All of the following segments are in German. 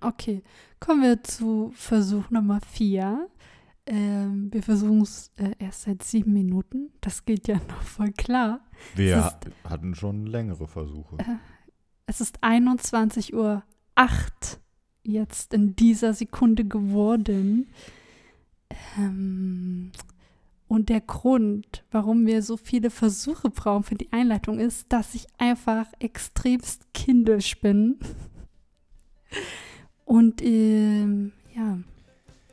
Okay, kommen wir zu Versuch Nummer 4. Ähm, wir versuchen es äh, erst seit sieben Minuten. Das geht ja noch voll klar. Wir Es ha- hatten schon längere Versuche. Es ist 21.08 Uhr jetzt in dieser Sekunde geworden. Ähm, und der Grund, warum wir so viele Versuche brauchen für die Einleitung, ist, dass ich einfach extremst kindisch bin. Und ähm, ja,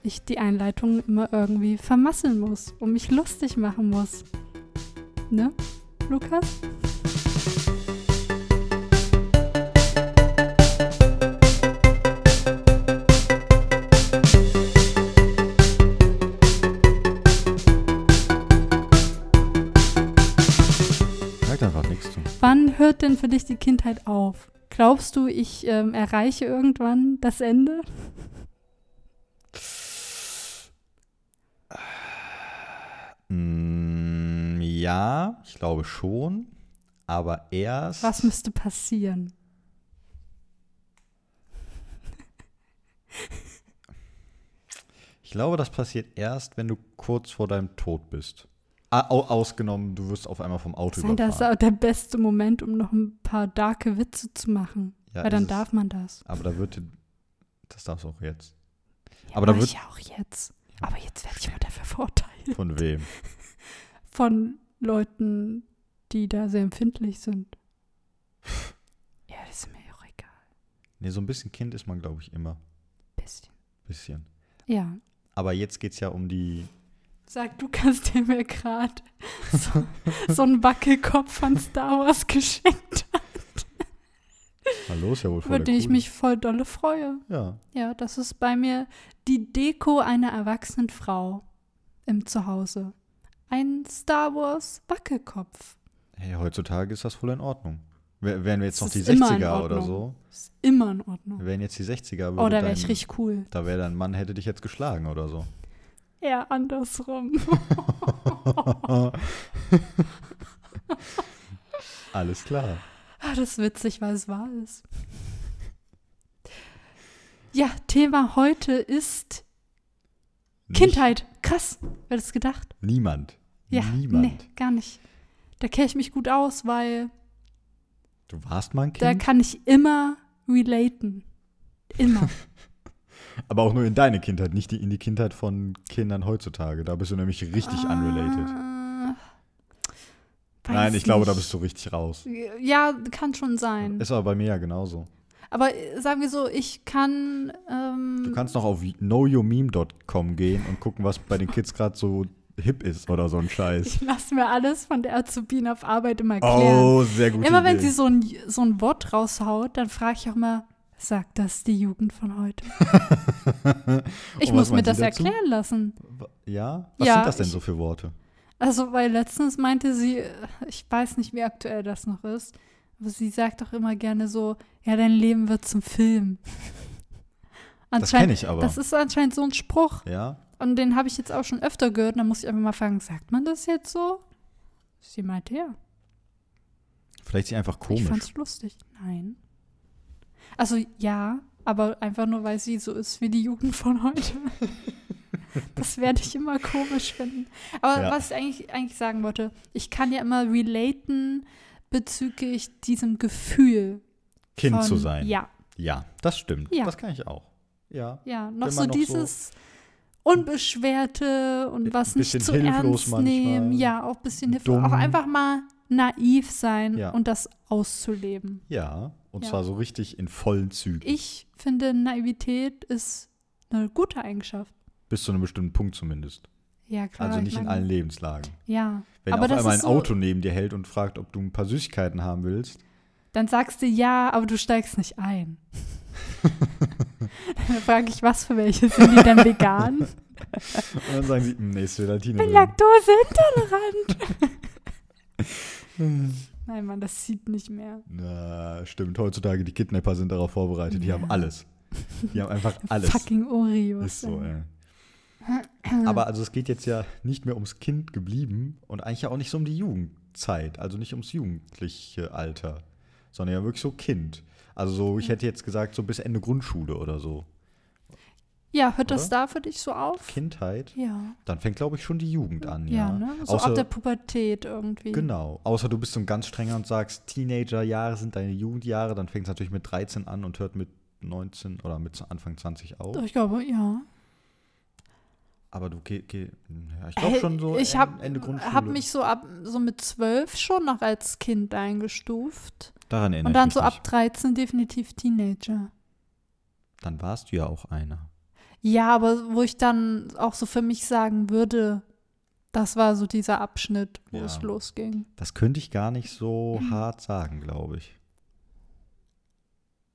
ich die Einleitung immer irgendwie vermasseln muss und mich lustig machen muss. Ne, Lukas? Sagt einfach nichts zu. Wann hört denn für dich die Kindheit auf? Glaubst du, ich ähm, erreiche irgendwann das Ende? Mm, ja, ich glaube schon. Aber erst. Was müsste passieren? Ich glaube, das passiert erst, wenn du kurz vor deinem Tod bist. Ah, au- ausgenommen, du wirst auf einmal vom Auto Sein, das ist überfahren. auch der beste Moment, um noch ein paar darke Witze zu machen. Ja, Weil ist dann es. darf man das. Aber da wird. dir- Das darfst du auch jetzt. Ja, Aber da mach wird- ich ja auch jetzt. Aber jetzt werde ich mal dafür verurteilt. Von wem? Von Leuten, die da sehr empfindlich sind. Ja, das ist mir auch egal. Nee, so ein bisschen Kind ist man, glaube ich, immer. Bisschen. Bisschen. Ja. Aber jetzt geht es ja um die. Sag, du kannst dir mir gerade so, so einen Wackelkopf von Star Wars geschenkt haben, Hallo, ist ja wohl voll über der den ich Coole. mich voll dolle freue. Ja. Ja, das ist bei mir die Deko einer erwachsenen Frau im Zuhause. Ein Star Wars Wackelkopf. Hey, heutzutage ist das voll in Ordnung. Wär- Wären wir jetzt Es noch die ist immer in 60er oder so. Ist immer in Ordnung. Wären jetzt die 60er. würde Oh, da wäre dein- ich richtig cool. Da wäre dein Mann, hätte dich jetzt geschlagen oder so. Eher andersrum. Alles klar. Ah, das ist witzig, weil es wahr ist. Ja, Thema heute ist Nicht Kindheit. Krass, wer hätte es gedacht? Niemand. Ja, Niemand. nee, gar nicht. Da kenne ich mich gut aus, weil Du warst mal ein da Kind, kann ich immer relaten. Immer. aber auch nur in deine Kindheit, nicht die, in die Kindheit von Kindern heutzutage. Da bist du nämlich richtig unrelated. Ah, weiß Nein, ich glaube, da nicht. Mhm. bist du richtig raus. Ja, kann schon sein. Ist aber bei mir ja genauso. Aber äh, sagen wir so, ich kann. Ähm, Du kannst noch auf knowyourmeme.com gehen und gucken, was bei den Kids gerade so hip ist oder so ein Scheiß. ich lasse mir alles von der Azubine auf Arbeit immer klären. Oh, sehr gut. immer wenn Idee. sie so ein, so ein Wort raushaut, dann frage ich auch mal, sagt das die Jugend von heute? ich Und was muss mir meint das sie dazu? erklären lassen. Ja? Was Ja, sind das denn ich- so für Worte? Also, weil letztens meinte sie, äh, ich weiß nicht, wie aktuell das noch ist, aber sie sagt doch immer gerne so, ja, dein Leben wird zum Film. Das kenne ich aber. Das ist anscheinend so ein Spruch ja? und den habe ich jetzt auch schon öfter gehört. Da muss ich einfach mal fragen, sagt man das jetzt so? Sie meinte ja. Vielleicht sie einfach Ich komisch. fand's lustig. Nein. Also ja, aber einfach nur, weil sie so ist wie die Jugend von heute. das werde ich immer komisch finden. Aber Ja. was ich eigentlich, eigentlich sagen wollte, ich kann ja immer relaten bezüglich diesem Gefühl. Kind von, zu sein. Ja, Ja, das stimmt. Ja. Das kann ich auch. Ja. ja. Noch man so noch so- dieses Unbeschwerte und was nicht bisschen zu hilflos ernst nehmen. manchmal. Ja, auch ein bisschen hilflos. Dumm. Auch einfach mal naiv sein Ja. und das auszuleben. Ja, und Ja. zwar so richtig in vollen Zügen. Ich finde, Naivität ist eine gute Eigenschaft. Bis zu einem bestimmten Punkt zumindest. Ja, klar. also ich nicht in meine, allen Lebenslagen. Ja. Wenn aber auf das einmal ein ist so, Auto neben dir hält und fragt, ob du ein paar Süßigkeiten haben willst. Dann sagst du ja, aber du steigst nicht ein. dann frage ich, was für welche sind die denn vegan? Und dann sagen sie, "Hm, nee, ist wieder Ich bin Latine. laktoseintolerant. Nein, Mann, das sieht nicht mehr. Na, stimmt. Heutzutage, die Kidnapper sind darauf vorbereitet. Die haben alles. Die haben einfach alles. Fucking Oreos. Ist so, ey. ey. Aber also es geht jetzt ja nicht mehr ums Kind geblieben und eigentlich ja auch nicht so um die Jugendzeit, also nicht ums jugendliche Alter, sondern ja wirklich so Kind. Also so, ich hätte jetzt gesagt, so bis Ende Grundschule oder so. Ja, hört das Oder? da für dich so auf? Kindheit, Ja. dann fängt, glaube ich, schon die Jugend an, ja. Ja, ne? So ab der Pubertät irgendwie. Genau. Außer du bist so ein ganz strenger und sagst, Teenagerjahre sind deine Jugendjahre, dann fängt es natürlich mit 13 an und hört mit 19 oder mit Anfang 20 auf. Ich glaube, ja. Aber du geh, geh, ja, ich glaube schon so Äh, ich en- hab, Ende Grundschule. habe mich so ab so mit zwölf schon noch als Kind eingestuft Daran erinnere und dann ich so mich ab nicht. 13 definitiv Teenager. Dann warst du ja auch einer. Ja, aber wo ich dann auch so für mich sagen würde, das war so dieser Abschnitt, wo Ja. es losging. Das könnte ich gar nicht so Mhm. hart sagen, glaube ich.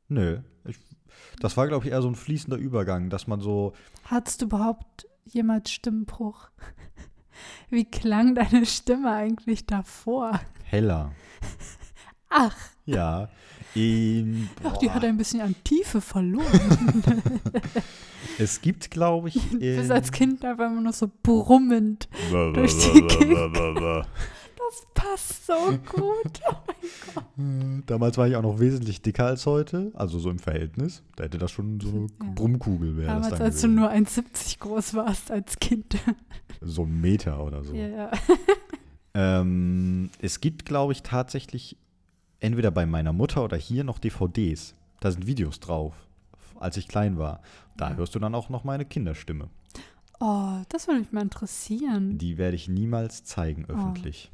Nö. Ich, das war, glaube ich, eher so ein fließender Übergang, dass man so, Hattest du überhaupt jemals Stimmbruch? Wie klang deine Stimme eigentlich davor? heller. Ach. Ja. Ähm, Doch, die boah. hat ein bisschen an Tiefe verloren. es gibt, glaube ich. Bis ähm, als Kind einfach immer nur so brummend. Blah, durch blah, die blah, blah, blah, blah, Das passt so gut. blah. Äh, Damals war ich auch noch wesentlich dicker als heute, also so im Verhältnis. Da hätte das schon so eine Ja. Brummkugel wäre das Damals, dann als du gewesen. nur 1,70 groß warst als Kind. so ein Meter oder so. Ja, ja. Ähm, es gibt, glaube ich, tatsächlich entweder bei meiner Mutter oder hier noch DVDs. Da sind Videos drauf, als ich klein war. Da hörst du dann auch noch meine Kinderstimme. Oh, das würde mich mal interessieren. Die werde ich niemals zeigen öffentlich.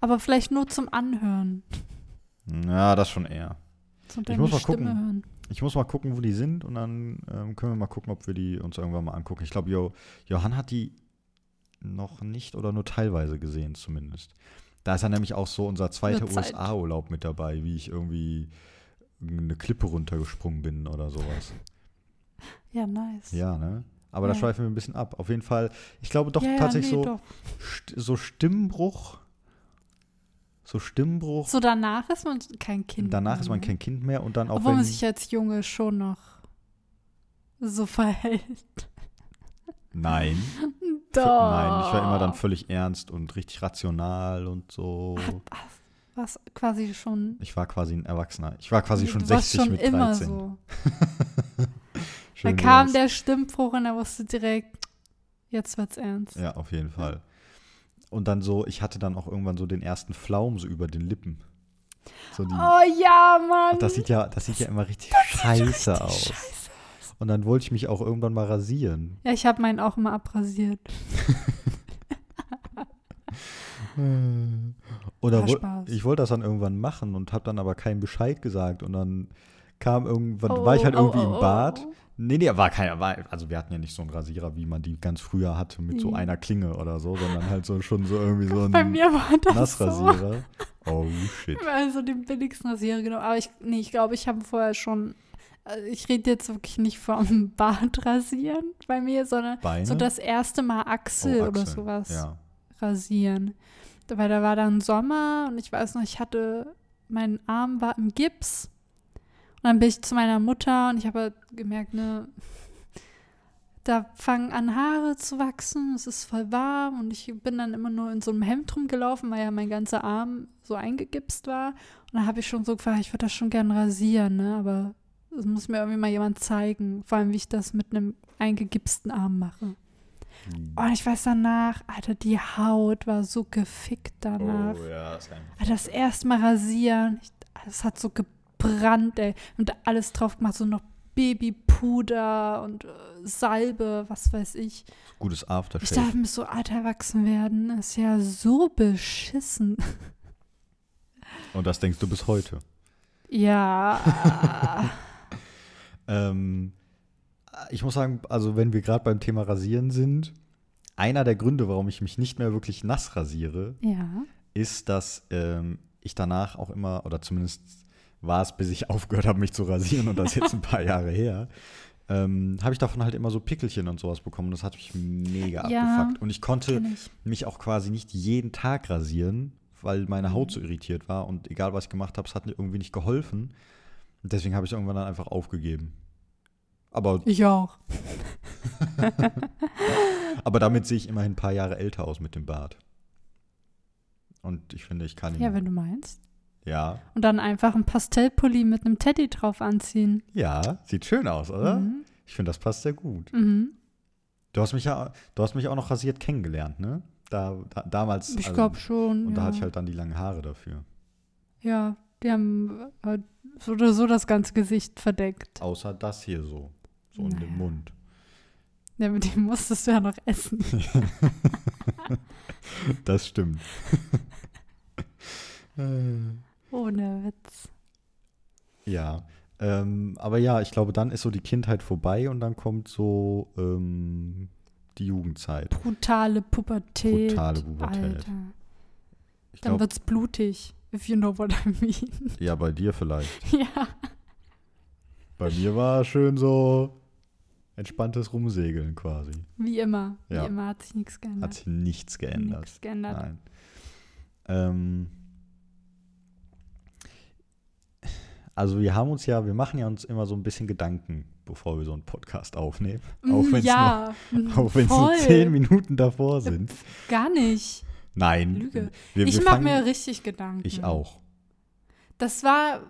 Aber vielleicht nur zum Anhören. Ja, das schon eher. Zum Ich muss deine mal Stimme gucken. hören. Ich muss mal gucken, wo die sind und dann ähm, können wir mal gucken, ob wir die uns irgendwann mal angucken. Ich glaube, jo Johann hat die noch nicht oder nur teilweise gesehen zumindest. Da ist ja nämlich auch so unser zweiter Wird Zeit. USA-Urlaub mit dabei, wie ich irgendwie eine Klippe runtergesprungen bin oder sowas. Ja, nice. Ja, ne? Aber da Ja. schweifen wir ein bisschen ab. Auf jeden Fall, ich glaube doch Ja, ja, tatsächlich nee, so, doch. St so Stimmbruch, so Stimmbruch, So danach ist man kein Kind. danach mehr, ist man ne? kein Kind mehr und dann auch Obwohl wenn, man sich als Junge schon noch so verhält. Nein. F- Doch. Nein, ich war immer dann völlig ernst und richtig rational und so. Was quasi schon. Ich war quasi ein Erwachsener. Ich war quasi schon du warst 60 schon mit immer 13. so. Da Schön kam wär's. der Stimmbruch und er wusste direkt, jetzt wird's ernst. Ja, auf jeden Fall. Und dann so, ich hatte dann auch irgendwann so den ersten Flaum so über den Lippen. So die, Oh ja, Mann. Und Hm. das sieht ja, das sieht ja immer richtig scheiße aus. Scheiße. Und dann wollte ich mich auch irgendwann mal rasieren. Ja, ich habe meinen auch immer abrasiert. Oder War woll- Hm. Spaß. ich wollte das dann irgendwann machen und habe dann aber keinen Bescheid gesagt. Und dann kam irgendwann, Oh, war ich halt oh, irgendwie oh, im Bad. oh. Nee, nee, war keiner. War, also wir hatten ja nicht so einen Rasierer, wie man die ganz früher hatte, mit so Ja. einer Klinge oder so, sondern halt so schon so irgendwie so Bei ein mir war das so. Nassrasierer. Oh shit. Also den billigsten Rasierer genommen. Aber ich, nee, ich glaube, ich habe vorher schon. also Ich rede jetzt wirklich nicht vom Bart rasieren bei mir, sondern Beine? so das erste Mal oh, Achsel, oder Achseln. sowas Ja. rasieren. Da- Weil da war dann Sommer und ich weiß noch, ich hatte, mein Arm war im Gips. Und dann bin ich zu meiner Mutter und ich habe halt gemerkt, ne, da fangen an Haare zu wachsen, es ist voll warm und ich bin dann immer nur in so einem Hemd rumgelaufen, weil ja mein ganzer Arm so eingegipst war. Und dann habe ich schon so gefragt, ich würde das schon gern rasieren, ne, aber das muss mir irgendwie mal jemand zeigen, vor allem wie ich das mit einem eingegipsten Arm mache. Und ich weiß danach, Alter, die Haut war so gefickt danach. Oh, ja, ist kein Alter, das erste Mal rasieren, ich, das hat so gebrannt, ey. Und da alles drauf gemacht, so noch Babypuder und äh, Salbe, was weiß ich. gutes Ich Aftershave. dachte mir so, Alter, erwachsen werden ist ja so beschissen. Und das denkst du bis heute. ja. Ähm, ich muss sagen, also wenn wir gerade beim Thema Rasieren sind, einer der Gründe, warum ich mich nicht mehr wirklich nass rasiere, ja. ist, dass ähm, ich danach auch immer, oder zumindest war es, bis ich aufgehört habe, mich zu rasieren, und das ist jetzt ein paar Jahre her, ähm, habe ich davon halt immer so Pickelchen und sowas bekommen. Das hat mich mega Ja, genau. abgefuckt. Und ich konnte kenn ich. mich auch quasi nicht jeden Tag rasieren, weil meine Haut so irritiert war. Und egal, was ich gemacht habe, es hat mir irgendwie nicht geholfen. Und deswegen habe ich es irgendwann dann einfach aufgegeben. Aber, Ich auch. aber damit sehe ich immerhin ein paar Jahre älter aus mit dem Bart. Und ich finde, ich kann ihn Ja, wenn du meinst. Ja. Und dann einfach einen Pastellpulli mit einem Teddy drauf anziehen. Ja, sieht schön aus, oder? Mhm. Ich finde, das passt sehr gut. Mhm. Du hast mich ja, du hast mich auch noch rasiert kennengelernt, ne? Da, da damals. Ich also- glaube schon. Und ja. da hatte ich halt dann die langen Haare dafür. ja, die haben äh, so oder so das ganze Gesicht verdeckt. Außer das hier so. So in Naja. den Mund. Ja, mit dem musstest du ja noch essen. Das stimmt. Äh. Ohne Witz. ja. Ähm, aber ja, ich glaube, dann ist so die Kindheit vorbei und dann kommt so ähm, die Jugendzeit. Brutale Pubertät. Brutale Pubertät. Alter. Ich Dann glaube, wird's blutig, if you know what I mean. ja, bei dir vielleicht. ja. Bei mir war schön so entspanntes Rumsegeln quasi. Wie immer. Ja. Wie immer hat sich nichts geändert. Hat sich nichts geändert. Nichts geändert. Nein. Ähm, also wir haben uns ja, wir machen ja uns immer so ein bisschen Gedanken, bevor wir so einen Podcast aufnehmen. Auch Mm, wenn es ja, nur, mm, auch wenn's nur voll. zehn Minuten davor sind. Gar nicht. Nein. Lüge. Wir, ich wir mache fangen- mir richtig Gedanken. Ich auch. Das war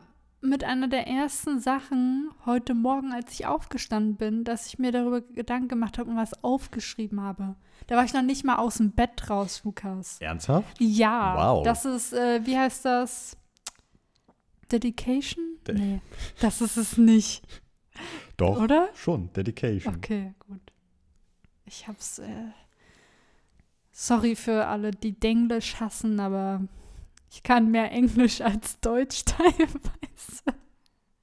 mit einer der ersten Sachen heute Morgen, als ich aufgestanden bin, dass ich mir darüber Gedanken gemacht habe und was aufgeschrieben habe. Da war ich noch nicht mal aus dem Bett raus, Lukas. Ernsthaft? Ja. Wow. Das ist, äh, wie heißt das? Dedication? De- Oh. nee, das ist es nicht, Doch. oder? Schon. Dedication. Okay, gut. Ich hab's. Äh, sorry für alle, die Denglisch hassen, aber ich kann mehr Englisch als Deutsch teilweise.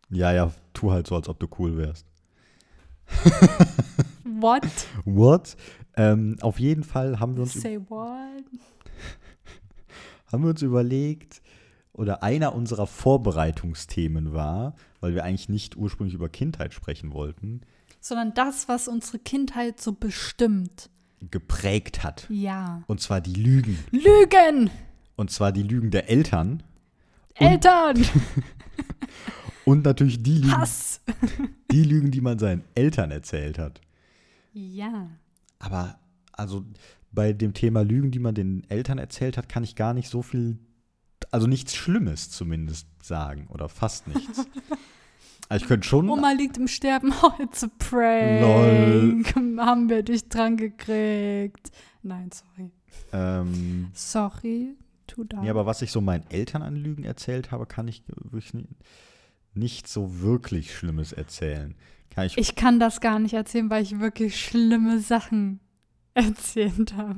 Ja, ja. Tu halt so, als ob du cool wärst. What? What? Ähm, auf jeden Fall haben wir uns Say what? haben wir uns überlegt, oder einer unserer Vorbereitungsthemen war, weil wir eigentlich nicht ursprünglich über Kindheit sprechen wollten, Sondern das, was unsere Kindheit so bestimmt. geprägt hat. Ja. Und zwar die Lügen. Lügen! Und zwar die Lügen der Eltern Eltern! und natürlich die Lügen, Hass! die Lügen, die man seinen Eltern erzählt hat. Ja. Aber also bei dem Thema Lügen, die man den Eltern erzählt hat, kann ich gar nicht so viel, also nichts Schlimmes zumindest sagen oder fast nichts. Also ich könnte schon Oma liegt im Sterben. Oh, it's a prank. Haben wir dich dran gekriegt. Nein, sorry. ähm, Sorry, tu da. Ja, aber was ich so meinen Eltern an Lügen erzählt habe, kann ich wirklich ni- nicht so wirklich Schlimmes erzählen. Kann ich, Ich kann das gar nicht erzählen, weil ich wirklich schlimme Sachen erzählt habe.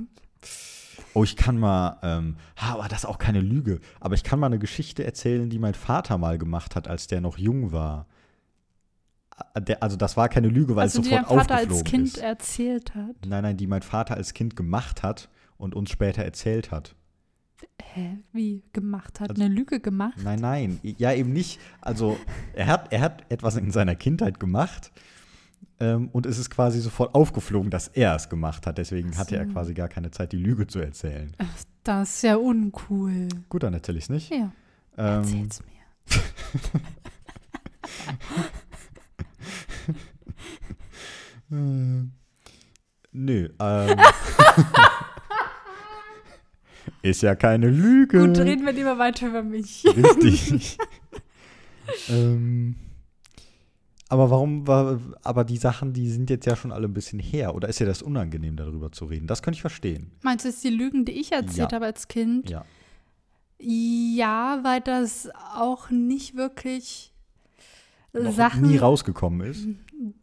oh, ich kann mal, ähm, ha, aber das ist auch keine Lüge, aber ich kann mal eine Geschichte erzählen, die mein Vater mal gemacht hat, als der noch jung war. Ah, Der, also das war keine Lüge, weil also es die sofort dein Vater aufgeflogen als Kind ist. erzählt hat. Nein, nein, die mein Vater als Kind gemacht hat und uns später erzählt hat. Hä? Wie gemacht hat? Also- Eine Lüge gemacht? Nein, nein, ja eben nicht. Also er hat, er hat etwas in seiner Kindheit gemacht ähm, und es ist quasi sofort aufgeflogen, dass er es gemacht hat. Deswegen Ach hatte er so. quasi gar keine Zeit, die Lüge zu erzählen. Ach, Das ist ja uncool. Gut, dann erzähle ich es nicht. Ja, Ähm, erzähl's mir. äh, nö. Ähm, ist ja keine Lüge. Gut, reden wir lieber weiter über mich. Richtig. ähm, aber warum war, aber die Sachen, die sind jetzt ja schon alle ein bisschen her. Oder ist ja das unangenehm, darüber zu reden? Das könnte ich verstehen. Meinst du jetzt die Lügen, die ich erzählt Ja. habe als Kind? Ja. Ja, weil das auch nicht wirklich Noch Sachen. nie rausgekommen ist.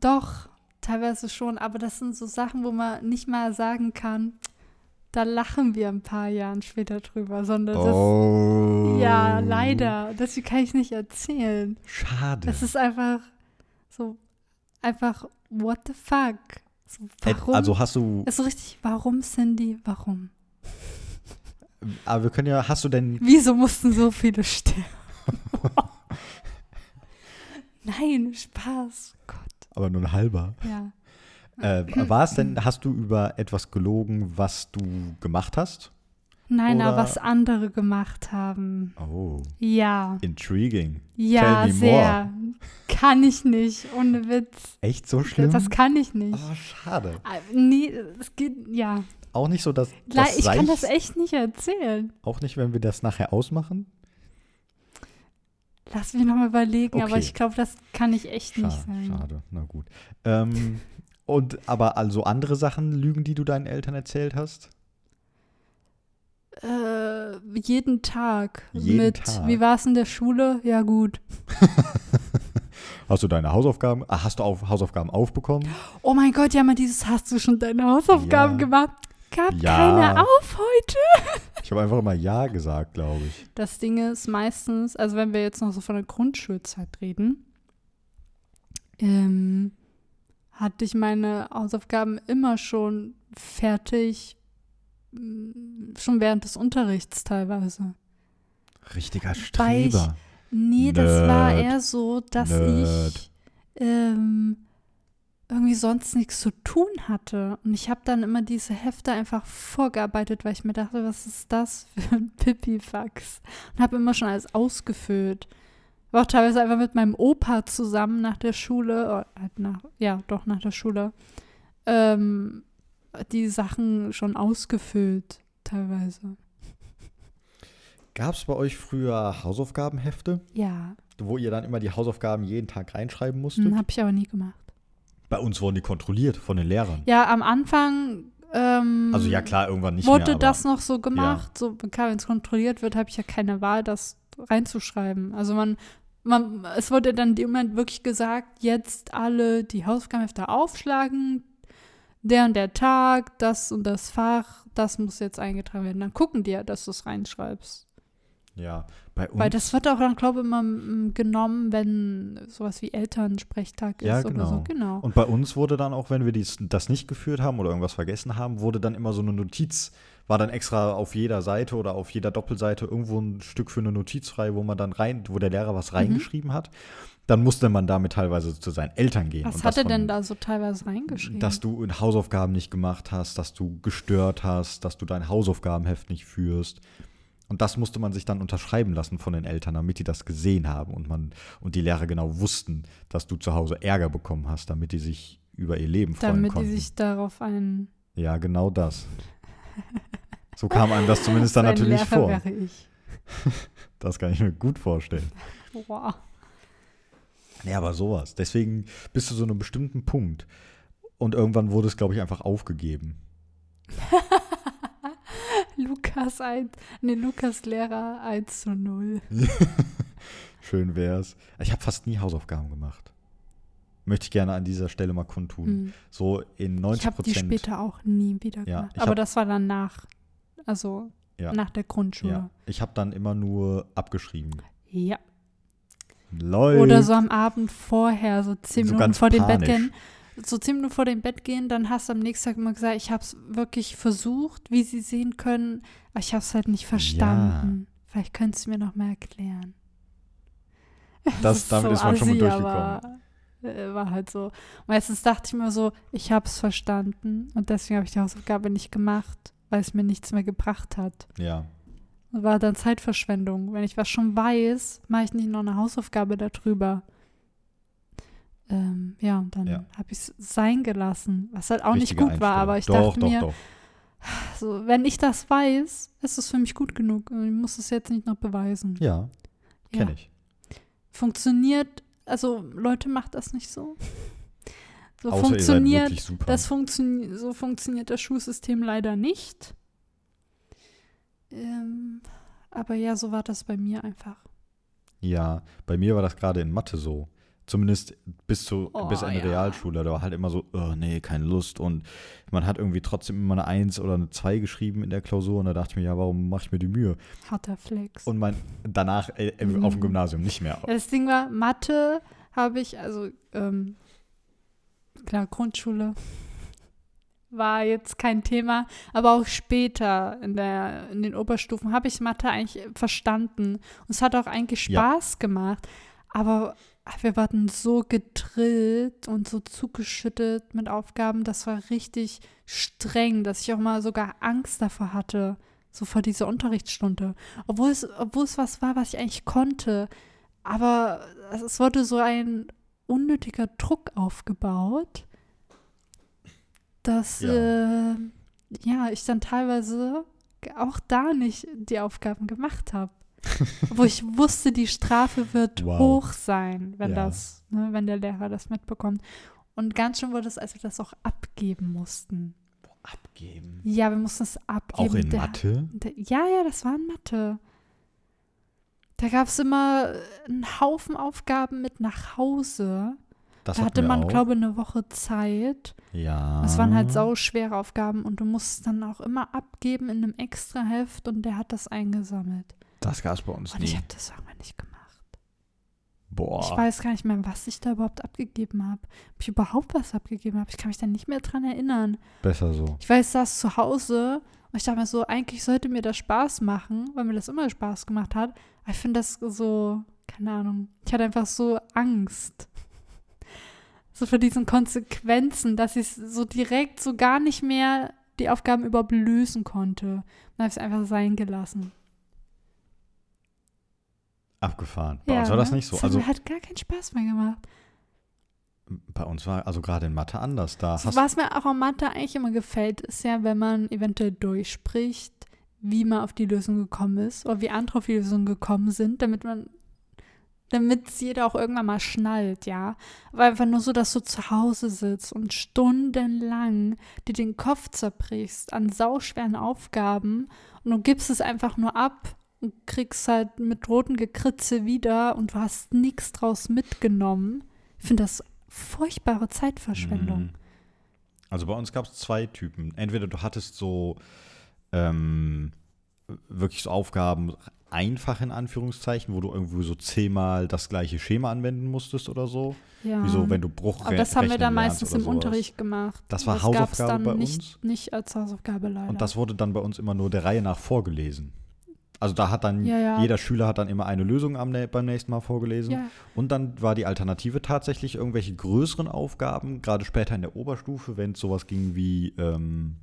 Doch, teilweise schon, aber das sind so Sachen, wo man nicht mal sagen kann, da lachen wir ein paar Jahren später drüber, sondern Oh. das, ja, leider, deswegen kann ich nicht erzählen. Schade. Es ist einfach so, einfach, what the fuck? So, Äh, warum? Also hast du, ist so richtig, warum, Cindy, warum? äh, aber wir können ja, hast du denn, Wieso mussten so viele sterben? Nein, Spaß, Gott, aber nur ein halber. ja. Äh, war es denn, hast du über etwas gelogen, was du gemacht hast? Nein, Oder- aber was andere gemacht haben. Oh, Ja. intriguing. Ja, Tell me sehr. Kann ich nicht, ohne Witz. Echt so schlimm? Das kann ich nicht. Ah, schade. Ah, Nee, es geht, ja. Auch nicht so, dass Le- das ich kann das seicht? echt nicht erzählen. Auch nicht, wenn wir das nachher ausmachen? Lass mich nochmal überlegen, aber Okay. ich glaube, das kann ich echt nicht Schade, sagen. schade. Na gut. Ähm, und aber also andere Sachen, Lügen, die du deinen Eltern erzählt hast? Äh, jeden Tag Jeden mit, Tag. wie war es in der Schule? Ja, gut. Hast du deine Hausaufgaben, ah, hast du auf, Hausaufgaben aufbekommen? Oh mein Gott, ja, mal dieses, hast du schon deine Hausaufgaben Ja. gemacht? Gab Ja. keine auf heute. Ich habe einfach immer Ja gesagt, glaube ich. Das Ding ist meistens, also wenn wir jetzt noch so von der Grundschulzeit reden, ähm, hatte ich meine Hausaufgaben immer schon fertig, m, schon während des Unterrichts teilweise. Richtiger Weil ich- Streber. Nee, das war Nerd. eher so, dass Nerd. ich ähm, irgendwie sonst nichts zu tun hatte. Und ich habe dann immer diese Hefte einfach vorgearbeitet, weil ich mir dachte, was ist das für ein Pipifax? Und habe immer schon alles ausgefüllt. War auch teilweise einfach mit meinem Opa zusammen nach der Schule, äh, halt nach, ja, doch nach der Schule, ähm, die Sachen schon ausgefüllt, teilweise. Gab es bei euch früher Hausaufgabenhefte, Ja, wo ihr dann immer die Hausaufgaben jeden Tag reinschreiben musstet? habe ich aber nie gemacht. Bei uns wurden die kontrolliert von den Lehrern. Ja, am Anfang. Ähm, Also ja klar, irgendwann nicht wurde mehr. aber- das noch so gemacht? So, klar, wenn es kontrolliert wird, habe ich ja keine Wahl, das reinzuschreiben. Also man, man, es wurde dann im Moment wirklich gesagt, jetzt alle die Hausaufgabenhefte aufschlagen, der und der Tag, das und das Fach, das muss jetzt eingetragen werden. Dann gucken die ja, dass du es reinschreibst. Ja, bei uns. Weil das wird auch dann, glaube ich, immer mm, genommen, wenn sowas wie Elternsprechtag ist Ja, oder so. genau. Genau. Und bei uns wurde dann auch, wenn wir dies, das nicht geführt haben oder irgendwas vergessen haben, wurde dann immer so eine Notiz, war dann extra auf jeder Seite oder auf jeder Doppelseite irgendwo ein Stück für eine Notiz frei, wo man dann rein, wo der Lehrer Mhm. was reingeschrieben hat. Dann musste man damit teilweise zu seinen Eltern gehen. Was und hat er von- denn da so teilweise reingeschrieben? Dass du in Hausaufgaben nicht gemacht hast, dass du gestört hast, dass du dein Hausaufgabenheft nicht führst. Und das musste man sich dann unterschreiben lassen von den Eltern, damit die das gesehen haben und man und die Lehrer genau wussten, dass du zu Hause Ärger bekommen hast, damit die sich über ihr Leben freuen Damit die konnten. sich darauf ein. ja, genau das. So kam einem das zumindest dann ein natürlich Lehrer vor. wäre ich. Das kann ich mir gut vorstellen. Wow. Ja, aber sowas. Deswegen bist du so einem bestimmten Punkt. Und irgendwann wurde es, glaube ich, einfach aufgegeben. Lukas 1, nee, Lukas Lehrer 1 zu 0. Schön wär's. Ich habe fast nie Hausaufgaben gemacht. Möchte ich gerne an dieser Stelle mal kundtun. Hm. So in 90 Ich habe die Prozent. später auch nie wieder Ja, gemacht. ich Aber hab- das war dann nach, also Ja. nach der Grundschule. ja, ich habe dann immer nur abgeschrieben. Ja. Läuft. Oder so am Abend vorher, so 10 So Minuten ganz vor dem Bett panisch. gehen. So 10 Minuten vor dem Bett gehen, dann hast du am nächsten Tag immer gesagt, ich habe es wirklich versucht, wie sie sehen können, aber ich habe es halt nicht verstanden. Vielleicht könntest du mir noch mal erklären. Das, ist damit so ist man schon mal assi, durchgekommen. aber, äh, War halt so. Meistens dachte ich mir so, ich habe es verstanden und deswegen habe ich die Hausaufgabe nicht gemacht, weil es mir nichts mehr gebracht hat. Ja. Das war dann Zeitverschwendung. Wenn ich was schon weiß, mache ich nicht noch eine Hausaufgabe darüber. Ähm, ja, und dann Ja. habe ich es sein gelassen, was halt auch nicht richtige gut war, aber ich Einstellung. dachte doch, mir, Doch, So, wenn ich das weiß, ist es für mich gut genug. Ich muss es jetzt nicht noch beweisen. doch. Ja, kenne ich. funktioniert, also Leute macht das nicht so. So Außer ihr seid funktioniert wirklich super. das funktioniert so funktioniert das Schulsystem leider nicht. Ähm, aber ja, so war das bei mir einfach. ja, bei mir war das gerade in Mathe so. Zumindest bis, zu, Oh, bis Ende ja. Realschule. Da war halt immer so, oh, nee, keine Lust. Und man hat irgendwie trotzdem immer eine Eins oder eine Zwei geschrieben in der Klausur. Und da dachte ich mir, ja, warum mache ich mir die Mühe? Harter Flex. Und mein, danach äh, äh, Mhm. auf dem Gymnasium nicht mehr. Ja, das Ding war, Mathe habe ich, also ähm, klar, Grundschule war jetzt kein Thema, aber auch später in, der, in den Oberstufen habe ich Mathe eigentlich verstanden. Und es hat auch eigentlich Ja. Spaß gemacht, aber Ah, wir waren so gedrillt und so zugeschüttet mit Aufgaben, das war richtig streng, dass ich auch mal sogar Angst davor hatte, so vor dieser Unterrichtsstunde. Obwohl es, obwohl es was war, was ich eigentlich konnte. Aber es wurde so ein unnötiger Druck aufgebaut, dass ja, äh, ja ich dann teilweise auch da nicht die Aufgaben gemacht habe. Wo ich wusste, die Strafe wird Wow. hoch sein, wenn Ja. das, ne, wenn der Lehrer das mitbekommt. Und ganz schön wurde es, als wir das auch abgeben mussten. Abgeben. Ja, wir mussten es abgeben. Auch in der, Mathe? Der, ja, ja, das war in Mathe. Da gab es immer äh, einen Haufen Aufgaben mit nach Hause. Das da hatten hatte wir man, auch. Ah. glaube ich, eine Woche Zeit. ja. Das waren halt sauschwere Aufgaben und du musst dann auch immer abgeben in einem extra Heft und der hat das eingesammelt. Das gab es bei uns Und ich nie. habe das irgendwann nicht gemacht. Boah. Ich weiß gar nicht mehr, was ich da überhaupt abgegeben habe. Ob ich überhaupt was abgegeben habe. Ich kann mich da nicht mehr dran erinnern. Besser so. Ich weiß, ich saß zu Hause und ich dachte mir so, eigentlich sollte mir das Spaß machen, weil mir das immer Spaß gemacht hat. Aber ich finde das so, keine Ahnung. Ich hatte einfach so Angst. So für diesen Konsequenzen, dass ich so direkt so gar nicht mehr die Aufgaben überhaupt lösen konnte. Dann habe ich es einfach sein gelassen. Abgefahren. Bei uns war das ne? nicht so. Das Also hat mir halt gar keinen Spaß mehr gemacht. bei uns war, also gerade in Mathe anders. Da hast Was mir auch am Mathe eigentlich immer gefällt, ist ja, wenn man eventuell durchspricht, wie man auf die Lösung gekommen ist oder wie andere auf die Lösung gekommen sind, damit man damit es jeder auch irgendwann mal schnallt, ja. Aber einfach nur so, dass du zu Hause sitzt und stundenlang dir den Kopf zerbrichst an sauschweren Aufgaben und du gibst es einfach nur ab und kriegst halt mit roten Gekritze wieder und du hast nichts draus mitgenommen. Ich finde das furchtbare Zeitverschwendung. Mhm. Also bei uns gab es zwei Typen. Entweder du hattest so ähm, wirklich so Aufgaben einfach in Anführungszeichen, wo du irgendwo so zehnmal das gleiche Schema anwenden musstest oder so. Ja. Wieso, wenn du Bruch Ah. Aber das haben wir dann meistens im sowas. Unterricht gemacht. Das war gab's Hausaufgabe dann bei nicht, uns? Nicht als Hausaufgabe leider. Und das wurde dann bei uns immer nur der Reihe nach vorgelesen. Also da hat dann Ja, ja. jeder Schüler hat dann immer eine Lösung am, nä- beim nächsten Mal vorgelesen. Ja. Und dann war die Alternative tatsächlich irgendwelche größeren Aufgaben, gerade später in der Oberstufe, wenn es sowas ging wie ähm,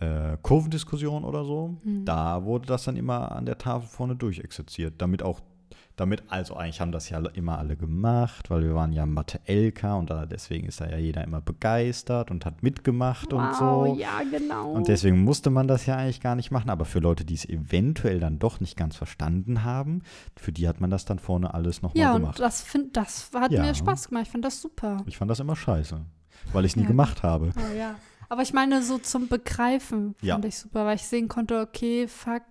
äh, Kurvendiskussion oder so, Mhm. da wurde das dann immer an der Tafel vorne durchexerziert, damit auch damit, also eigentlich haben das ja alle- immer alle gemacht, weil wir waren ja Mathe-LK und da, deswegen ist da ja jeder immer begeistert und hat mitgemacht und so. wow, ja, genau. Und deswegen musste man das ja eigentlich gar nicht machen. Aber für Leute, die es eventuell dann doch nicht ganz verstanden haben, für die hat man das dann vorne alles nochmal ja, und gemacht. das, find, das hat Ja. mir Spaß gemacht. Ich fand das super. Ich fand das immer scheiße, weil ich es nie Ja. gemacht habe. Oh, ja. Aber ich meine, so zum Begreifen Ja. fand ich super, weil ich sehen konnte, okay, fuck,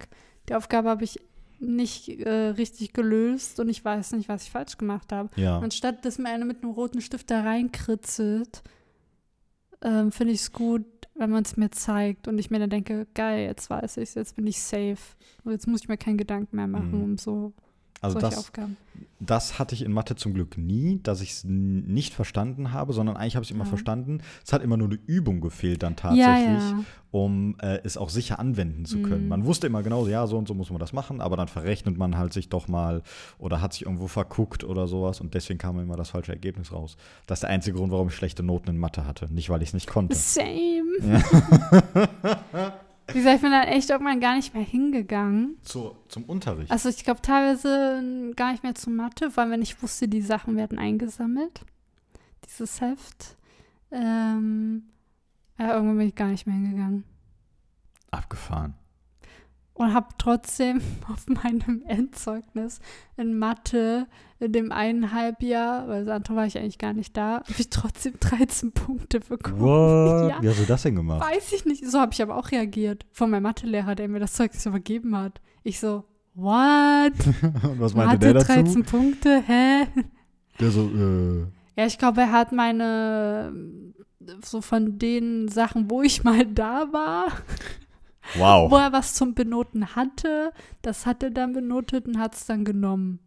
die Aufgabe habe ich nicht äh, richtig gelöst und ich weiß nicht, was ich falsch gemacht habe. Ja, Anstatt dass mir einer mit einem roten Stift da reinkritzelt, ähm, finde ich es gut, wenn man es mir zeigt und ich mir dann denke, geil, jetzt weiß ich jetzt bin ich safe. Und jetzt muss ich mir keinen Gedanken mehr machen Mhm. um so also solche das, Aufgaben. das hatte ich in Mathe zum Glück nie, dass ich es n- nicht verstanden habe, sondern eigentlich habe ich es immer Ja. verstanden. Es hat immer nur eine Übung gefehlt dann Mhm. Ja, tatsächlich, ja. um äh, es auch sicher anwenden zu können. Mhm. Man wusste immer genau, ja, so und so muss man das machen, aber dann verrechnet man halt sich doch mal oder hat sich irgendwo verguckt oder sowas und deswegen kam immer das falsche Ergebnis raus. Das ist der einzige Grund, warum ich schlechte Noten in Mathe hatte. Nicht, weil ich es nicht konnte. Same. Wie gesagt, ich bin dann echt irgendwann gar nicht mehr hingegangen. Zu, zum Unterricht. Also ich glaube teilweise mm, gar nicht mehr zu Mathe, weil wenn ich wusste, die Sachen werden eingesammelt, dieses Heft. Ähm, ja, irgendwann bin ich gar nicht mehr hingegangen. Abgefahren. und habe trotzdem auf meinem Endzeugnis in Mathe in dem einen Halbjahr, weil das andere war ich eigentlich gar nicht da, habe ich trotzdem 13 Punkte bekommen. What? Ja, Wie hast du das denn gemacht? weiß ich nicht. So habe ich aber auch reagiert von meinem Mathelehrer, der mir das Zeugnis übergeben hat. Ich so, what? Und was meinte Mathe der dazu? 13 Punkte? Hä? Der so, äh, Ja, ich glaube, er hat meine so von den Sachen, wo ich mal da war, wow. wo er was zum Benoten hatte, das hat er dann benotet und hat es dann genommen.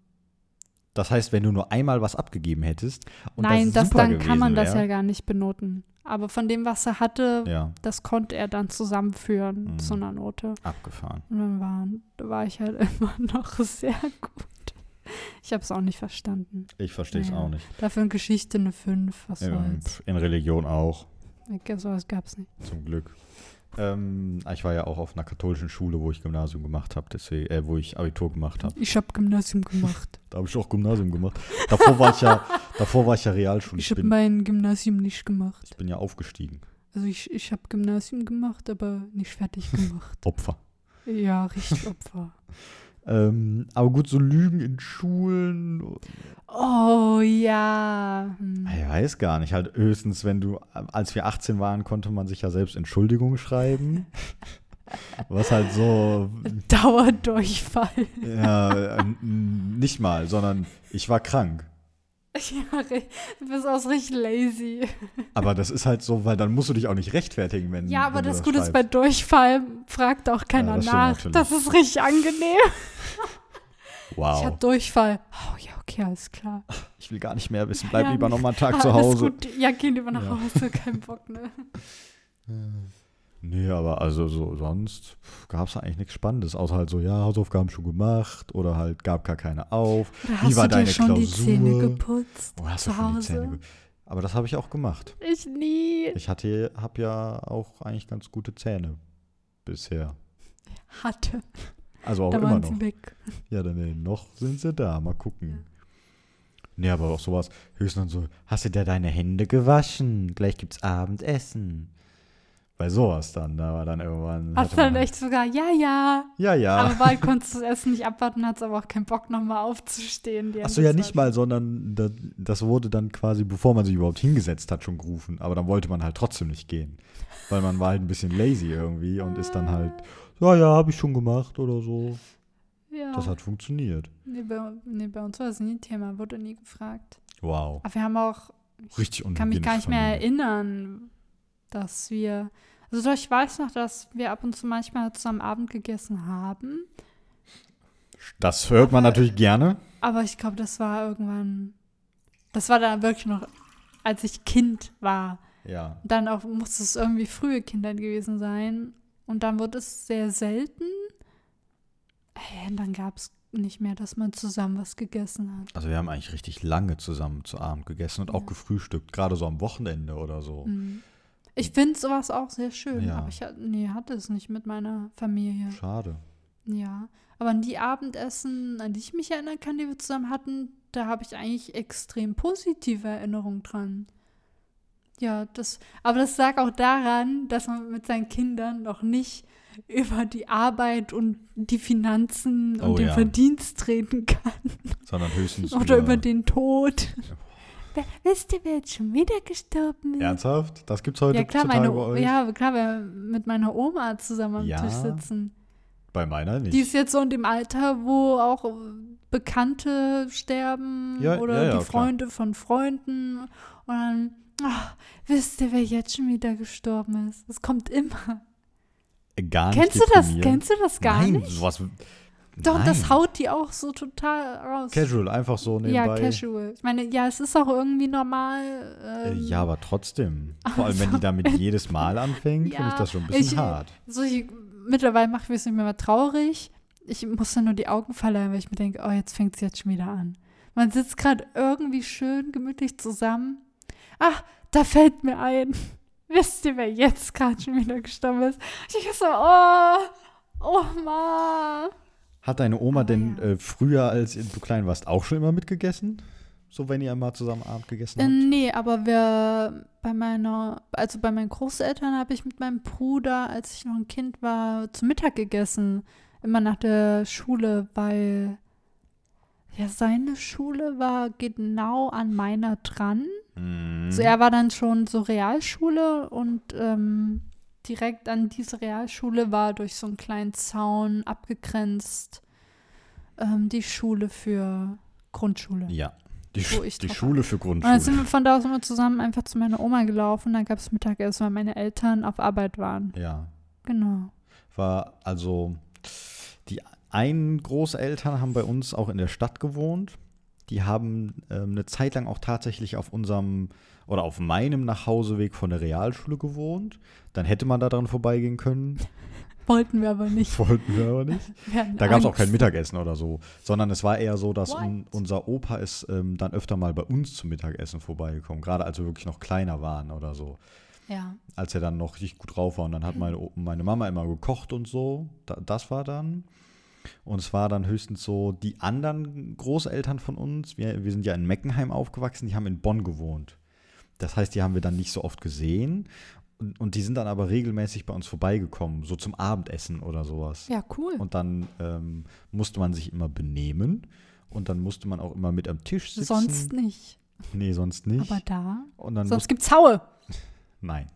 Das heißt, wenn du nur einmal was abgegeben hättest und Nein, das, das, super dann kann man gewesen das ja wär, gar nicht benoten. Aber von dem, was er hatte, Ja, das konnte er dann zusammenführen Mhm. zu einer Note. abgefahren. Und dann war, da war ich halt immer noch sehr gut. Ich habe es auch nicht verstanden. Ich verstehe es Naja. auch nicht. Dafür in Geschichte eine 5, was Ähm, soll's. in Religion auch, Ich glaub, sowas gab es nicht. zum Glück. Ähm, ich war ja auch auf einer katholischen Schule, wo ich Gymnasium gemacht habe, deswegen, äh, wo ich Abitur gemacht habe. Ich habe Gymnasium gemacht. Da habe ich auch Gymnasium gemacht. Davor war ich ja, davor war ich ja Realschule. ich Ich habe bin, mein Gymnasium nicht gemacht. bin ja aufgestiegen. Also ich, ich habe Gymnasium gemacht, aber nicht fertig gemacht. Opfer. ja, richtig Opfer. Ähm, aber gut, so Lügen in Schulen, Ah, Oh ja. Hm. ich weiß gar nicht. Halt höchstens, wenn du, als wir 18 waren, konnte man sich ja selbst Entschuldigung schreiben. Was halt so, Dauerdurchfall. ja, n- n- nicht mal, sondern ich war krank. Ja, ri- du bist auch so richtig lazy. Aber das ist halt so, weil dann musst du dich auch nicht rechtfertigen, wenn Ja, aber Hm, wenn du das das Gute ist, bei schreibst. Durchfall fragt auch keiner das stimmt nach. natürlich. Das ist richtig angenehm. Ich Wow. hab Durchfall. Oh ja, okay, alles klar. Ich will gar nicht mehr wissen. Bleib Ja, lieber noch mal einen Tag Ah, zu alles Hause. Gut. Ja, geh lieber nach Ja. Hause, kein Bock, ne? Nee, aber also so sonst gab es eigentlich nichts Spannendes, außer halt so, ja, Hausaufgaben schon gemacht oder halt gab gar keine auf. Oder Wie hast du war dir deine schon die Klausur? Zähne geputzt? Oh, hast du zu schon die Hause? Zähne ge- Aber das habe ich auch gemacht. Ich nie. Ich hatte, habe ja auch eigentlich ganz gute Zähne bisher. Hatte. Also auch da immer waren noch. sie weg. Ja, dann nee, noch sind sie da. Mal gucken. Ja. Nee, aber auch sowas. Höchstens so, hast du dir deine Hände gewaschen? Gleich gibt's Abendessen. Bei sowas dann, da war dann irgendwann. Hast du hatte man dann halt- echt sogar, ja, ja. Ja, ja. Aber bald konntest du das Essen nicht abwarten, hattest aber auch keinen Bock, nochmal aufzustehen. die Achso, Hände ja, zu nicht mal, sondern da, das wurde dann quasi, bevor man sich überhaupt hingesetzt hat, schon gerufen. Aber dann wollte man halt trotzdem nicht gehen. Weil man war halt ein bisschen lazy irgendwie und ist dann halt, ja, ja, habe ich schon gemacht oder so. waschen. Ja. Das hat funktioniert. Nee, bei, nee, bei uns war das nie Thema, wurde nie gefragt. Wow. Aber wir haben auch, Richtig ich kann mich gar nicht mehr unhygienisch erinnern, dass wir, also doch, ich weiß noch, dass wir ab und zu manchmal zusammen Abend gegessen haben, von mir. Das hört man natürlich gerne. aber ich glaube, das war irgendwann, das war dann wirklich noch, als ich Kind war. Ja. Dann auch muss es irgendwie frühe Kindheit gewesen sein und dann wurde es sehr selten. Hä, und dann gab es nicht mehr, dass man zusammen was gegessen hat. Also wir haben eigentlich richtig lange zusammen zu Abend gegessen und auch gefrühstückt, gerade so am Wochenende oder so. Mhm. Ich finde sowas auch sehr schön, Ja. aber ich hat- nee, hatte es nicht mit meiner Familie. Schade. Ja. Aber an die Abendessen, an die ich mich erinnern kann, die wir zusammen hatten, da habe ich eigentlich extrem positive Erinnerungen dran. Ja, das, aber das lag auch daran, dass man mit seinen Kindern noch nicht über die Arbeit und die Finanzen und Oh den ja. Verdienst reden kann Sondern höchstens. oder über den Tod. Wisst ihr, wer jetzt schon wieder gestorben ist? Ernsthaft? Das gibt's heute Ja klar, total meine, bei O- euch? ja, klar, wir mit meiner Oma zusammen am Ja. Tisch sitzen. Bei meiner nicht. Die ist jetzt so in dem Alter, wo auch äh, Bekannte sterben Ja, oder ja, ja, die klar. Freunde von Freunden. Und dann, ah, wisst ihr, wer jetzt schon wieder gestorben ist? Das kommt immer. Äh, gar nicht Kennst du das? deprimierend. Kennst du das gar Nein, nicht? Sowas, Doch, nein. das haut die auch so total raus. Casual, einfach so nebenbei. Ja, casual. Ich meine, ja, es ist auch irgendwie normal. Äh, Ähm, Ja, aber trotzdem. Vor allem, wenn die damit jedes Mal anfängt, finde ich Ja, das schon ein bisschen ich- hart. So, ich, mittlerweile macht mich es nicht mehr, mal traurig. Ich muss dann nur die Augen verleihen, weil ich mir denke, oh, jetzt fängt es jetzt schon wieder an. Man sitzt gerade irgendwie schön gemütlich zusammen. Ach, da fällt mir ein. Wisst ihr, wer jetzt gerade schon wieder gestorben ist? Ich denke so, oh, oh Mann. Hat deine Oma Aber denn Oh, ja. äh, früher, als du klein warst, auch schon immer mitgegessen? So, wenn ihr mal zusammen Abend gegessen Äh, habt? nee, aber wir bei meiner, also bei meinen Großeltern habe ich mit meinem Bruder, als ich noch ein Kind war, zu Mittag gegessen. Immer nach der Schule, weil ja seine Schule war genau an meiner dran. Mhm. So er war dann schon so Realschule und ähm, direkt an diese Realschule war durch so einen kleinen Zaun abgegrenzt ähm, die Schule für Grundschule. ja. Die, Wo Sch- Oh, ich die drauf Schule für Und dann sind Grundschule. wir von da aus immer zusammen einfach zu meiner Oma gelaufen. Da gab es Mittagessen, weil meine Eltern auf Arbeit waren. Ja. Genau. War also, die einen Großeltern haben bei uns auch in der Stadt gewohnt. Die haben ähm, eine Zeit lang auch tatsächlich auf unserem oder auf meinem Nachhauseweg von der Realschule gewohnt. Dann hätte man da dran vorbeigehen können. Wollten wir aber nicht. Wollten wir aber nicht. Wir hatten Da gab es auch Angst. kein Mittagessen oder so, sondern es war eher so, dass What? un, unser Opa ist ähm, dann öfter mal bei uns zum Mittagessen vorbeigekommen, gerade als wir wirklich noch kleiner waren oder so. Ja. Als er dann noch richtig gut drauf war und dann hat meine, O- meine Mama immer gekocht und so, da, das war dann. Und es war dann höchstens so, die anderen Großeltern von uns, wir, wir sind ja in Meckenheim aufgewachsen, die haben in Bonn gewohnt. Das heißt, die haben wir dann nicht so oft gesehen. Und, und die sind dann aber regelmäßig bei uns vorbeigekommen, so zum Abendessen oder sowas. Ja, cool. Und dann ähm, musste man sich immer benehmen und dann musste man auch immer mit am Tisch sitzen. Sonst nicht. Nee, sonst nicht. Aber da. und dann Sonst musste, gibt's Haue. nein,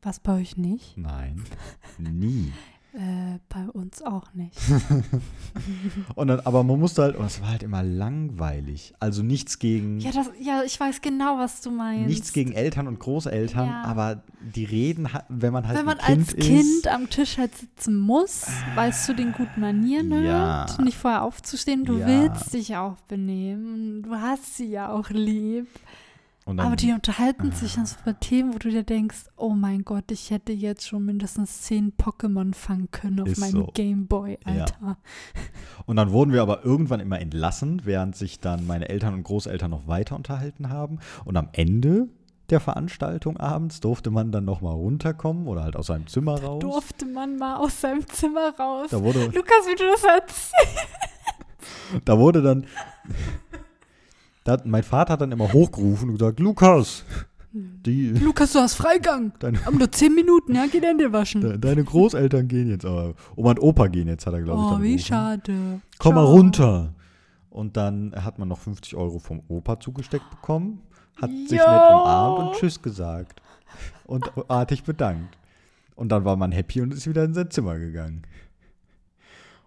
Was bei euch nicht? nein, nie. Äh, bei uns auch nicht. Und dann, aber man musste halt, und es war halt immer langweilig. Also nichts gegen, Ja, das, ja, ich weiß genau, was du meinst. nichts gegen Eltern und Großeltern, Ja. aber die reden, hat- wenn man halt Wenn man ein als Kind Kind ist, am Tisch halt sitzen muss, weißt du den guten Manieren Ja. halt, nicht vorher aufzustehen. Du Ja. willst dich auch benehmen. Du hast sie ja auch lieb. und Aber dann, die unterhalten sich Ah. dann so über Themen, wo du dir denkst, oh mein Gott, ich hätte jetzt schon mindestens zehn Pokémon fangen können auf Ist meinem so. Gameboy, Ja. Alter. und dann wurden wir aber irgendwann immer entlassen, während sich dann meine Eltern und Großeltern noch weiter unterhalten haben. Und am Ende der Veranstaltung abends durfte man dann nochmal runterkommen oder halt aus seinem Zimmer raus. Durfte man mal aus seinem Zimmer raus. Da wurde, Lukas, wie du das erzählst. da wurde dann. Da hat, mein Vater hat dann immer hochgerufen und gesagt: Lukas, Hm. die, Lukas, du hast Freigang. Deine- Aber nur zehn Minuten, ja, geht Hände waschen. de, deine Großeltern gehen jetzt, aber Oma und Opa gehen jetzt, hat er, glaube ich. oh, dann wie gerufen. schade. Komm mal Ciao. runter. Und dann hat man noch 50 Euro vom Opa zugesteckt bekommen, hat sich nett Yo. umarmt und Tschüss gesagt. Und artig bedankt. Und dann war man happy und ist wieder in sein Zimmer gegangen.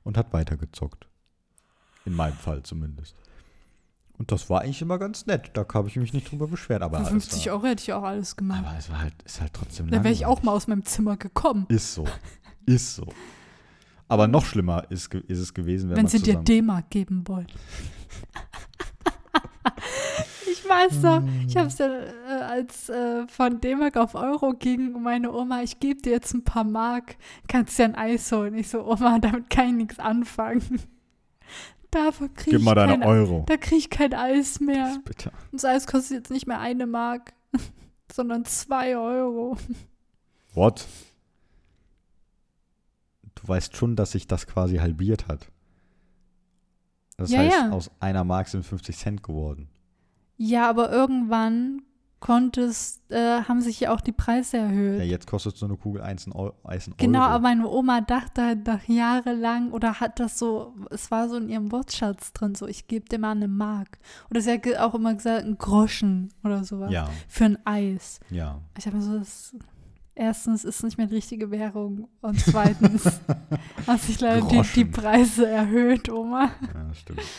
Und hat weitergezockt. In meinem Fall zumindest. Und das war eigentlich immer ganz nett. Da habe ich mich nicht drüber beschwert. Aber, Für 50 es, Euro hätte ich auch alles war, gemacht. aber es war halt, ist halt trotzdem Da wäre ich langweilig. auch mal aus meinem Zimmer gekommen. Ist so. Ist so. Aber noch schlimmer ist, ge- ist es gewesen, wenn, Wenn man sie dir zusammen D-Mark geben wollen. ich weiß noch, ich habe es ja, äh, als äh, von D-Mark auf Euro ging, und meine Oma, ich gebe dir jetzt ein paar Mark, kannst dir ein Eis holen. Ich so, Oma, damit kann ich nichts anfangen. Davon kriege Gib ich mal kein, deine Euro. Da kriege ich kein Eis mehr. Bitte. Und das Eis kostet jetzt nicht mehr eine Mark, sondern zwei Euro. What? Du weißt schon, dass sich das quasi halbiert hat. Das Ja, heißt, ja. aus einer Mark sind 50 Cent geworden. Ja, aber irgendwann konnte es, äh, haben sich ja auch die Preise erhöht. Ja, jetzt kostet so eine Kugel 1 Euro. Euro. Genau, aber meine Oma dachte halt nach jahrelang oder hat das so, es war so in ihrem Wortschatz drin, so ich gebe dir mal eine Mark. Oder sie hat ge- auch immer gesagt, ein Groschen oder sowas. Ja, Für ein Eis. ja. Ich habe mir so, das, erstens ist nicht mehr die richtige Währung und zweitens hat sich leider die, die Groschen. Preise erhöht, Oma. ja das stimmt.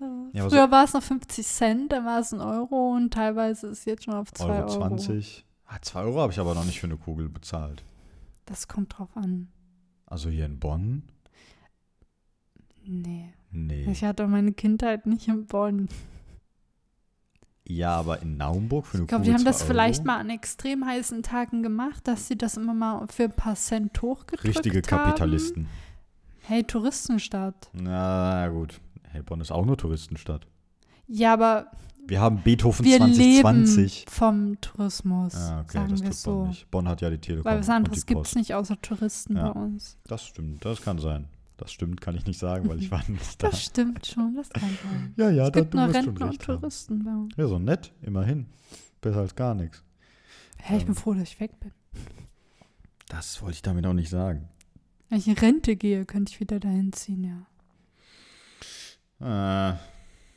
Äh, Ja, aber so- Früher war es noch 50 Cent, dann war es ein Euro und teilweise ist es jetzt schon auf 2 Euro. Euro 20. Ah, 2 Euro habe ich aber noch nicht für eine Kugel bezahlt. Das kommt drauf an. Also hier in Bonn? Nee. Nee. Ich hatte meine Kindheit nicht in Bonn. Ja, aber in Naumburg für eine Ich glaube, Kugel die haben das 2 vielleicht Euro? mal an extrem heißen Tagen gemacht, dass sie das immer mal für ein paar Cent hochgedrückt Richtige Kapitalisten. Haben. Hey, Touristenstadt. Na gut. Hey, Bonn ist auch nur Touristenstadt. Ja, aber Wir haben Beethoven wir 2020. leben vom Tourismus, Ah, okay, sagen das wir tut es so. Bonn nicht. Bonn hat ja die Telekom. Weil was und anderes die gibt es Post. nicht außer Touristen Ja. bei uns. Das stimmt, das kann sein. Das stimmt, kann ich nicht sagen, weil ich war nicht da. Das stimmt schon, das kann sein. Ja, ja, Es da, gibt du nur wirst schon Rentner und recht haben. Touristen bei uns. Ja, so nett, immerhin. Besser als gar nichts. Hey, ich bin Ähm. froh, dass ich weg bin. Das wollte ich damit auch nicht sagen. Wenn ich in Rente gehe, könnte ich wieder dahin ziehen, ja. Äh,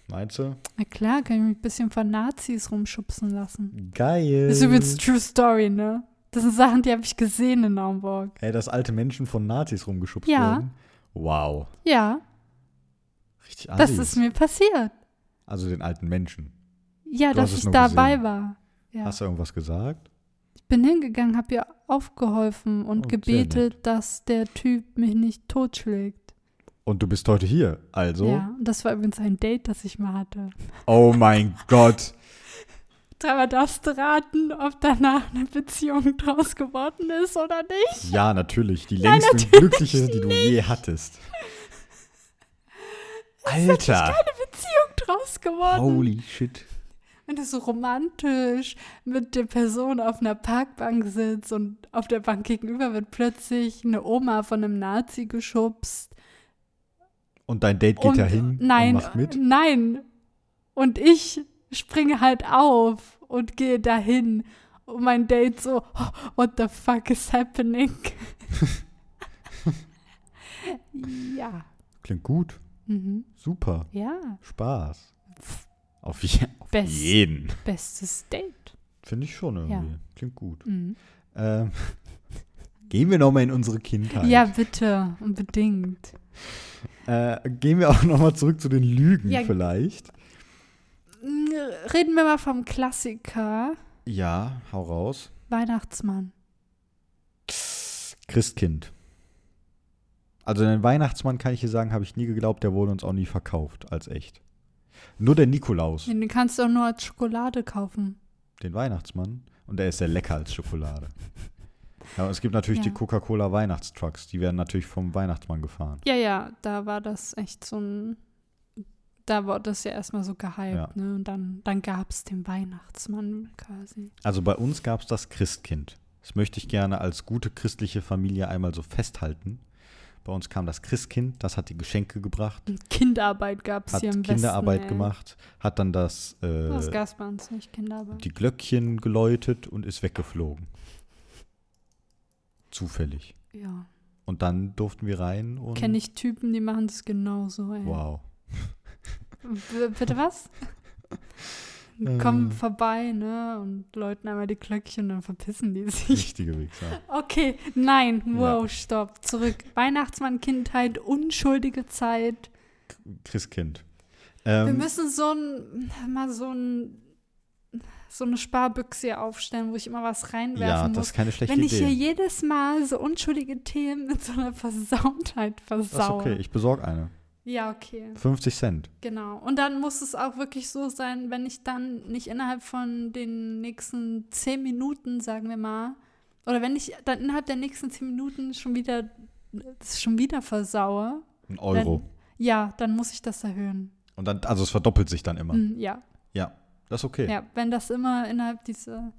meinst du? Na klar, kann ich mich ein bisschen von Nazis rumschubsen lassen. Geil. Das ist übrigens True Story, ne? Das sind Sachen, die habe ich gesehen in Naumburg. Ey, dass alte Menschen von Nazis rumgeschubst Ja. wurden. Wow. Ja, Richtig das assi. ist mir passiert. Also den alten Menschen. Ja, Du dass hast es ich nur dabei gesehen. war. Ja. Hast du irgendwas gesagt? Ich bin hingegangen, habe ihr aufgeholfen und Oh, sehr gebetet, dass der Typ mich nicht totschlägt. Und du bist heute hier, also? Ja, und das war übrigens ein Date, das ich mal hatte. Oh mein Gott. Dreimal darfst du raten, ob danach eine Beziehung draus geworden ist oder nicht. Ja, natürlich. Die längste und natürlich glücklichste, die du je hattest. Alter. Beziehung draus geworden. Holy shit. Wenn du so romantisch mit der Person auf einer Parkbank sitzt und auf der Bank gegenüber wird plötzlich eine Oma von einem Nazi geschubst. Und dein Date geht und, da hin nein, und macht mit. Nein. Und ich springe halt auf und gehe dahin. Und mein Date so, "Oh, what the fuck is happening? ja. Klingt gut. Mhm. Super. Ja, Spaß. Auf, je auf Best. jeden. bestes Date. Finde ich schon irgendwie. Klingt gut. Mhm. Ähm, gehen wir nochmal in unsere Kindheit. Ja, bitte, unbedingt. Äh, gehen wir auch nochmal zurück zu den Lügen Ja. vielleicht. Mm, Reden wir mal vom Klassiker Ja, hau raus. Weihnachtsmann. Christkind. Also den Weihnachtsmann kann ich dir sagen, habe ich nie geglaubt, der wurde uns auch nie verkauft als echt. Nur der Nikolaus, Den kannst du auch nur als Schokolade kaufen. den Weihnachtsmann. Und der ist sehr lecker als Schokolade. Ja, und es gibt natürlich Ja. die Coca-Cola Weihnachtstrucks, die werden natürlich vom Weihnachtsmann gefahren. Ja, ja, da war das echt so ein. Da war das ja erstmal so gehypt, ne? Und dann, dann gab es den Weihnachtsmann quasi. Also bei uns gab es das Christkind. Das möchte ich gerne als gute christliche Familie einmal so festhalten. Bei uns kam das Christkind, das hat die Geschenke gebracht, Und Kinderarbeit gab es hat hier im Kinderarbeit Westen, ey. gemacht, hat dann das, äh, Das gab es bei uns nicht, Kinderarbeit. die Glöckchen geläutet und ist weggeflogen. Zufällig. Ja. Und dann durften wir rein und. Kenne ich Typen, die machen das genauso, ey. Wow. B bitte was? Ähm. Kommen vorbei, ne? Und läuten einmal die Glöckchen, dann verpissen die sich. Richtige Wichser. Okay, nein, wow, Ja. stopp, zurück. Weihnachtsmann, Kindheit, unschuldige Zeit. Christkind. Wir Ähm, müssen so ein, mal so ein, so eine Sparbüchse hier aufstellen, wo ich immer was ja, reinwerfen das muss. ist keine schlechte Wenn ich hier Idee. jedes Mal so unschuldige Themen mit so einer Versautheit Das ist versaue. okay, ich besorge eine. Ja, okay. 50 Cent. Genau. Und dann muss es auch wirklich so sein, wenn ich dann nicht innerhalb von den nächsten zehn Minuten, sagen wir mal, oder wenn ich dann innerhalb der nächsten zehn Minuten schon wieder das schon wieder versaue, Ein Euro. ja, dann muss ich das erhöhen. und dann, also es verdoppelt sich dann immer. Mm, Ja, Ja, das ist okay. ja. Wenn das immer innerhalb dieser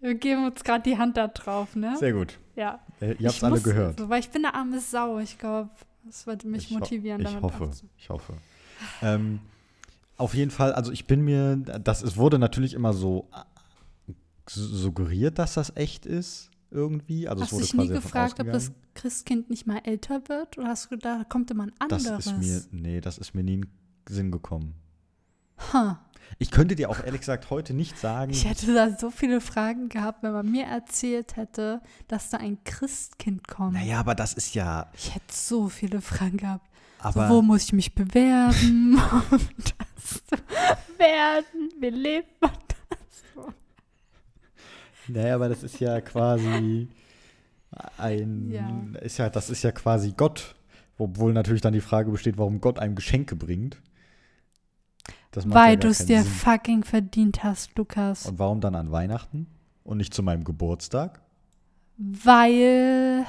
wir geben uns gerade die Hand da drauf, ne? Sehr gut. ja. Äh, ihr Ich habt es alle muss- gehört. So, weil ich bin eine arme Sau, ich glaube, das wird mich Ich ho- motivieren, Ich damit hoffe, aufzuhören. ich hoffe. Ähm, auf jeden Fall, also ich bin mir, das es wurde natürlich immer so äh, suggeriert, dass das echt ist irgendwie. Also es Hast du wurde dich quasi nie davon gefragt, ob das ausgegangen. Christkind nicht mal älter wird? Oder hast du gedacht, da kommt immer ein anderes? Das ist mir, nee, das ist mir nie in den Sinn gekommen. Ha. Ich könnte dir auch ehrlich gesagt heute nicht sagen. Ich hätte da so viele Fragen gehabt, wenn man mir erzählt hätte, dass da ein Christkind kommt. Naja, aber das ist ja, Ich hätte so viele Fragen gehabt. aber so, wo muss ich mich bewerben, um das zu werden? Wie lebt man das? Naja, aber das ist ja quasi ein. Ja. Ist ja, das ist ja quasi Gott. Obwohl natürlich dann die Frage besteht, warum Gott einem Geschenke bringt. Das macht Weil ja du gar es keinen dir Sinn. fucking verdient hast, Lukas. Und warum dann an Weihnachten und nicht zu meinem Geburtstag? Weil.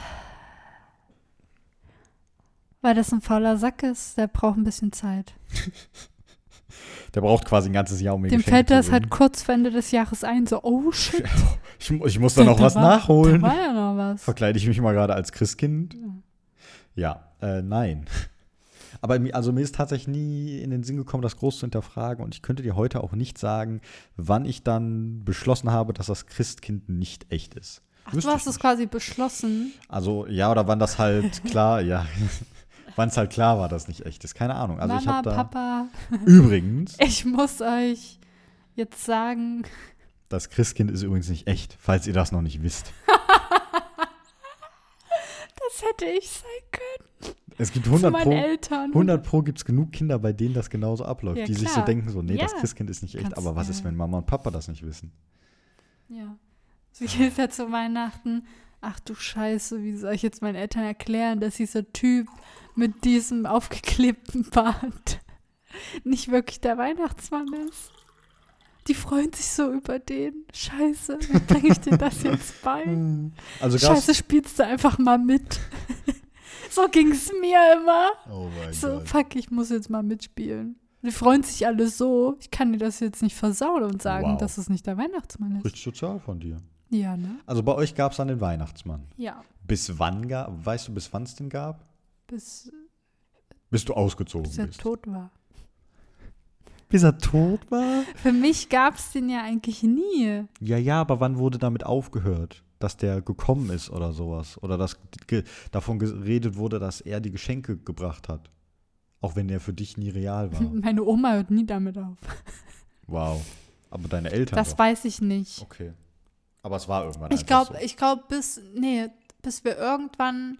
Weil das ein fauler Sack ist. Der braucht ein bisschen Zeit. Der braucht quasi ein ganzes Jahr, um mir Dem Geschenke fällt das zu halt bringen. kurz vor Ende des Jahres ein, so, oh shit, Ich, mu- ich muss da noch Da was war- da nachholen. war ja noch was. Verkleide ich mich mal gerade als Christkind? Ja, äh, nein. Aber mi- also mir ist tatsächlich nie in den Sinn gekommen, das groß zu hinterfragen. Und ich könnte dir heute auch nicht sagen, wann ich dann beschlossen habe, dass das Christkind nicht echt ist. Ach, du Wüsste ich hast es nicht. quasi beschlossen. Also ja, oder wann das halt klar, ja, wann es halt klar war, dass nicht echt ist. Keine Ahnung. Also ich Mama, habe da Papa, übrigens, ich muss euch jetzt sagen, das Christkind ist übrigens nicht echt, falls ihr das noch nicht wisst. das hätte ich sein können Es gibt zu 100 meinen pro, Eltern. 100 Pro gibt es genug Kinder, bei denen das genauso abläuft, Ja, die sich so klar. denken, so, nee, das Ja. Christkind ist nicht echt, Kannst- aber was ja. ist, wenn Mama und Papa das nicht wissen? Ja. Sie geht ja zu Weihnachten. Ach du Scheiße, wie soll ich jetzt meinen Eltern erklären, dass dieser Typ mit diesem aufgeklebten Bart nicht wirklich der Weihnachtsmann ist? Die freuen sich so über den. Scheiße, wie bringe ich dir das jetzt bei? Also gab's, Äh, Scheiße, spielst du einfach mal mit. so ging es mir immer. oh mein So, Gott. fuck, ich muss jetzt mal mitspielen. Die freuen sich alle so. Ich kann dir das jetzt nicht versauen und sagen, Wow. dass es nicht der Weihnachtsmann ist. Richtig sozial von dir. Ja, ne? Also bei euch gab es dann den Weihnachtsmann. Ja. Bis wann gab, weißt du, bis wann es den gab? Bis, Oh, Bis du ausgezogen bis er bist. tot war. Bis er tot war? Für mich gab es den ja eigentlich nie. Ja, ja, aber wann wurde damit aufgehört? Dass der gekommen ist oder sowas. Oder dass ge davon geredet wurde, dass er die Geschenke gebracht hat. Auch wenn der für dich nie real war. Meine Oma hört nie damit auf. Wow. Aber deine Eltern. Das doch. weiß ich nicht. Okay. Aber es war irgendwann. Ich einfach glaube, So. ich glaube, bis, nee, bis wir irgendwann,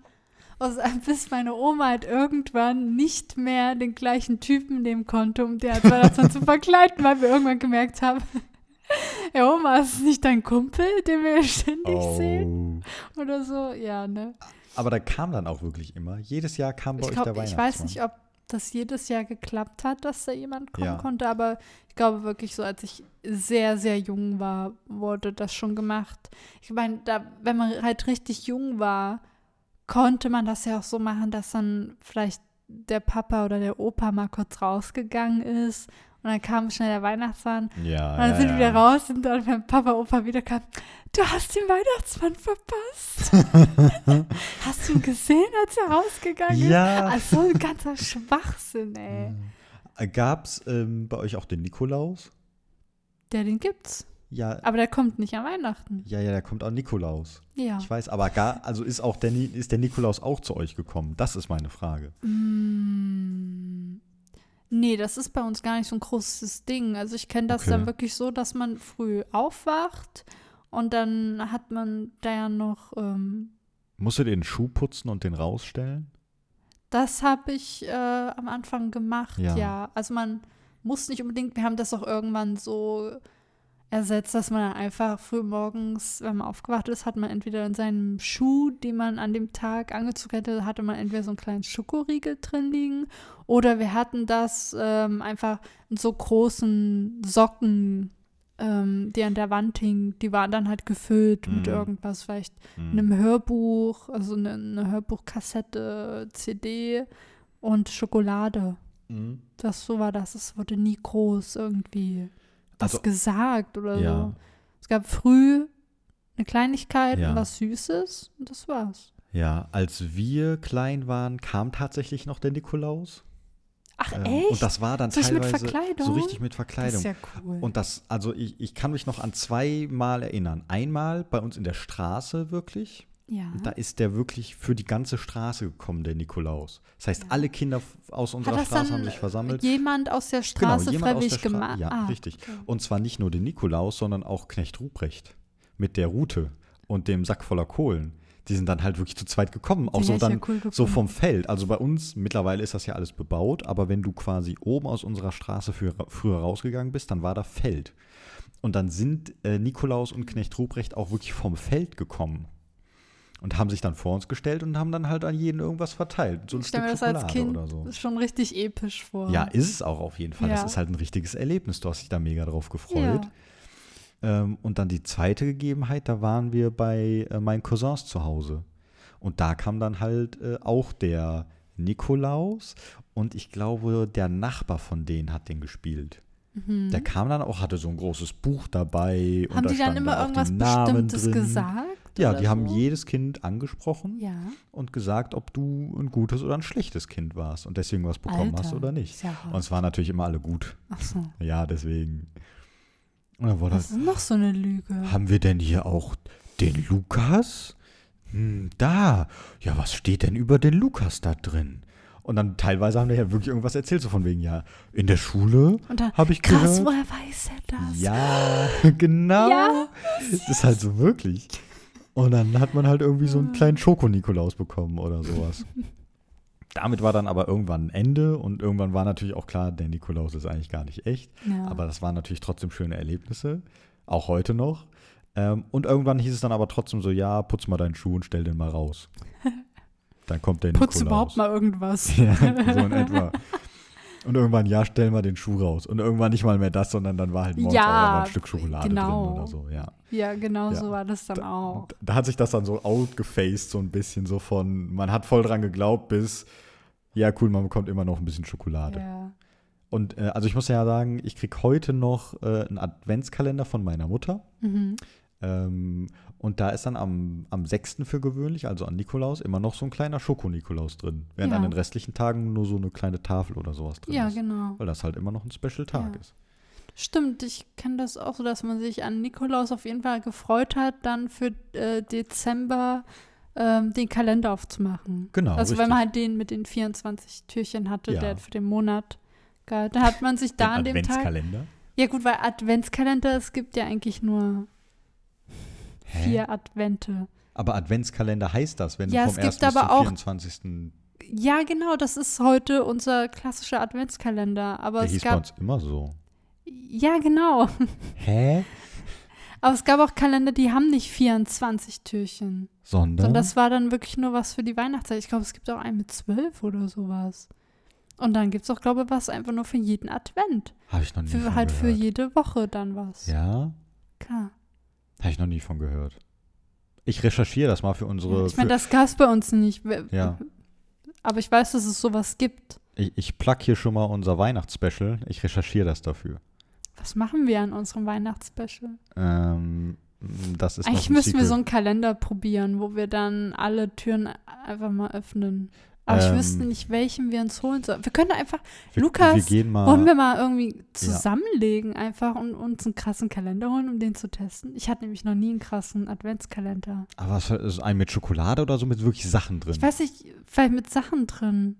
also bis meine Oma halt irgendwann nicht mehr den gleichen Typen nehmen konnte, um der 2000 zu verkleiden, weil wir irgendwann gemerkt haben, ja, Oma ist nicht dein Kumpel, den wir ständig sehen Oh. oder so. Ja, ne? Aber da kam dann auch wirklich immer. Jedes Jahr kam bei Ich euch der glaube, ich Weihnachtsmann. weiß nicht, ob das jedes Jahr geklappt hat, dass da jemand kommen Ja. konnte, aber ich glaube wirklich so, als ich sehr, sehr jung war, wurde das schon gemacht. Ich meine, da, wenn man halt richtig jung war, konnte man das ja auch so machen, dass dann vielleicht der Papa oder der Opa mal kurz rausgegangen ist und dann kam schnell der Weihnachtsmann Ja, und dann Ah, ja, sind wir ja. wieder raus und dann, wenn Papa, Opa wiederkam, du hast den Weihnachtsmann verpasst. hast du ihn gesehen, als er rausgegangen ist? Ja. Ah, so ein ganzer Schwachsinn, ey. Gab es Äh, ähm, bei euch auch den Nikolaus? Der, den gibt's. Ja, Aber der kommt nicht an Weihnachten. ja, ja, da kommt auch Nikolaus. Ja. Ich weiß, aber gar, also ist auch der, Ni- ist der Nikolaus auch zu euch gekommen? Das ist meine Frage. Mm. Nee, das ist bei uns gar nicht so ein großes Ding. Also ich kenne das Okay. dann wirklich so, dass man früh aufwacht und dann hat man da ja noch, ähm, Musst du den Schuh putzen und den rausstellen? das habe ich äh, am Anfang gemacht, Ja. ja. Also man muss nicht unbedingt, wir haben das auch irgendwann so ersetzt, dass man dann einfach früh morgens, wenn man aufgewacht ist, hat man entweder in seinem Schuh, den man an dem Tag angezogen hätte, hatte man entweder so einen kleinen Schokoriegel drin liegen oder wir hatten das ähm, einfach in so großen Socken, ähm, die an der Wand hingen, die waren dann halt gefüllt mit Mhm. irgendwas, vielleicht Hm. einem Hörbuch, also eine, eine Hörbuchkassette, CD und Schokolade. Mhm. Das so war das. Es wurde nie groß irgendwie das Also- gesagt oder Ja, so. Es gab früh eine Kleinigkeit Ja. und was Süßes und das war's. ja, als wir klein waren, kam tatsächlich noch der Nikolaus. Ach Ähm, echt? Und das war dann So richtig mit teilweise so Verkleidung? richtig mit Das Verkleidung. ist ja cool. Und das, also ich, ich kann mich noch an zwei Mal erinnern. Einmal bei uns in der Straße wirklich. ja. Da ist der wirklich für die ganze Straße gekommen, der Nikolaus. Das heißt, alle Kinder f- aus unserer das Straße dann haben sich versammelt. Genau, jemand aus der Straße freiwillig Stra- gemacht. Ja, ah, richtig. okay. Und zwar nicht nur den Nikolaus, sondern auch Knecht Ruprecht mit der Rute und dem Sack voller Kohlen. Die sind dann halt wirklich zu zweit gekommen. Auch Die so hätte ich ja dann cool so gefunden. vom Feld. Also bei uns, mittlerweile ist das ja alles bebaut, aber wenn du quasi oben aus unserer Straße für, früher rausgegangen bist, dann war da Feld. Und dann sind äh, Nikolaus und Knecht Ruprecht auch wirklich vom Feld gekommen. Und haben sich dann vor uns gestellt und haben dann halt an jeden irgendwas verteilt. So ein Ich stelle Stück mir das als Schokolade Kind oder so. schon richtig episch vor. Ja, ist es auch auf jeden Fall. Das Ja. ist halt ein richtiges Erlebnis. Du hast dich da mega drauf gefreut. Ähm, und dann die zweite Gegebenheit, da waren wir bei äh, meinen Cousins zu Hause. Und da kam dann halt äh, auch der Nikolaus und ich glaube, der Nachbar von denen hat den gespielt. Der kam dann auch, hatte so ein großes Buch dabei. und Mhm. Haben da die dann standen immer auch die irgendwas Namen Bestimmtes drin. gesagt? Ja, oder die haben so? jedes Kind angesprochen Ja. und gesagt, ob du ein gutes oder ein schlechtes Kind warst und deswegen was bekommen hast Alter, oder nicht. ist ja hart. und es waren natürlich immer alle gut. Ach so. Ja, deswegen. Und dann wurde Das ist noch so eine Lüge. haben wir denn hier auch den Lukas? Hm, da. Ja, was steht denn über den Lukas da drin? Und dann teilweise haben wir ja wirklich irgendwas erzählt, so von wegen, ja, in der Schule Und dann, habe ich krass, gehört. woher weiß er das? Ja, genau. Ja, Das ist halt so wirklich. Und dann hat man halt irgendwie so einen kleinen Schoko-Nikolaus bekommen oder sowas. Damit war dann aber irgendwann ein Ende und irgendwann war natürlich auch klar, der Nikolaus ist eigentlich gar nicht echt. Ja. Aber das waren natürlich trotzdem schöne Erlebnisse, auch heute noch. Ähm, und irgendwann hieß es dann aber trotzdem so, ja, putz mal deinen Schuh und stell den mal raus. Dann kommt der Putz Nikolaus. überhaupt mal irgendwas. Ja, so in etwa. Und irgendwann, ja, stell mal den Schuh raus. Und irgendwann nicht mal mehr das, sondern dann war halt morgens Ja, auch noch mal ein Stück Schokolade genau. drin oder so, ja. Ja, genau Ja. so war das dann auch. Da hat sich das dann so outgefaced, so ein bisschen so von, man hat voll dran geglaubt bis, ja cool, man bekommt immer noch ein bisschen Schokolade. Ja. Und äh, also ich muss ja sagen, ich krieg heute noch äh, einen Adventskalender von meiner Mutter. Mhm. Ähm, und da ist dann am, am 6. für gewöhnlich, also an Nikolaus, immer noch so ein kleiner Schoko-Nikolaus drin. Während Ja. an den restlichen Tagen nur so eine kleine Tafel oder sowas drin Ja, ist. genau. Weil das halt immer noch ein Special-Tag Ja. ist. Stimmt, ich kenne das auch so, dass man sich an Nikolaus auf jeden Fall gefreut hat, dann für äh, Dezember ähm, den Kalender aufzumachen. Genau. also richtig. wenn man halt den mit den 24 Türchen hatte, Ja. der für den Monat galt, dann hat man sich da an den dem Tag. Adventskalender. Ja gut, weil Adventskalender, es gibt ja eigentlich nur Hä? vier Advente. Aber Adventskalender heißt das, wenn Ja, du es vom gibt 1. bis aber zum auch- 24. Ja, genau, das ist heute unser klassischer Adventskalender. Aber Der es hieß bei gab. uns immer so. Ja, genau. Hä? Aber es gab auch Kalender, die haben nicht 24 Türchen. Sondern? Sondern das war dann wirklich nur was für die Weihnachtszeit. Ich glaube, es gibt auch einen mit zwölf oder sowas. Und dann gibt es auch, glaube ich, was einfach nur für jeden Advent. Habe ich noch nie Für, von halt für Hm, gehört. jede Woche dann was. Ja? Klar. Habe ich noch nie von gehört. Ich recherchiere das mal für unsere. ich meine, das gab es bei uns nicht. Wir- Ja. Aber ich weiß, dass es sowas gibt. für, ich, ich plug hier schon mal unser Weihnachtsspecial. Ich recherchiere das dafür. Was machen wir an unserem Weihnachtsspecial? Ähm, das ist Eigentlich noch ein müssen wir so Secret. einen Kalender probieren, wo wir dann alle Türen einfach mal öffnen. Aber ich Ähm. wüsste nicht, welchen wir uns holen sollen. Wir können einfach, wir, Lukas, wir gehen mal, wollen wir mal irgendwie zusammenlegen einfach und uns einen krassen Kalender holen, um den zu testen? Ich hatte nämlich noch nie einen krassen Adventskalender. Aber Ah, was ist ein mit Schokolade oder so mit wirklich Sachen drin? Ich weiß nicht, vielleicht mit Sachen drin.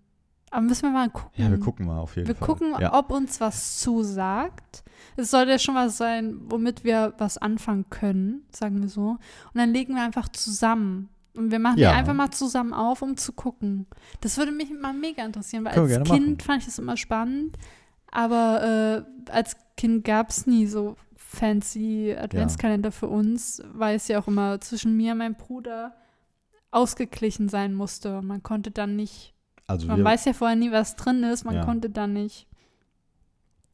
Aber müssen wir mal gucken. ja, wir gucken mal auf jeden Wir Fall. gucken, ja. ob uns was zusagt. Es sollte ja schon was sein, womit wir was anfangen können, sagen wir so. Und dann legen wir einfach zusammen. Und wir machen Ja. die einfach mal zusammen auf, um zu gucken. Das würde mich mal mega interessieren, weil Können wir als gerne Kind machen. fand ich das immer spannend. Aber äh, als Kind gab es nie so fancy Adventskalender für uns, weil es ja auch immer zwischen mir und meinem Bruder ausgeglichen sein musste. Man konnte dann nicht Also man wir, weiß ja vorher nie, was drin ist. Man Ja. konnte da nicht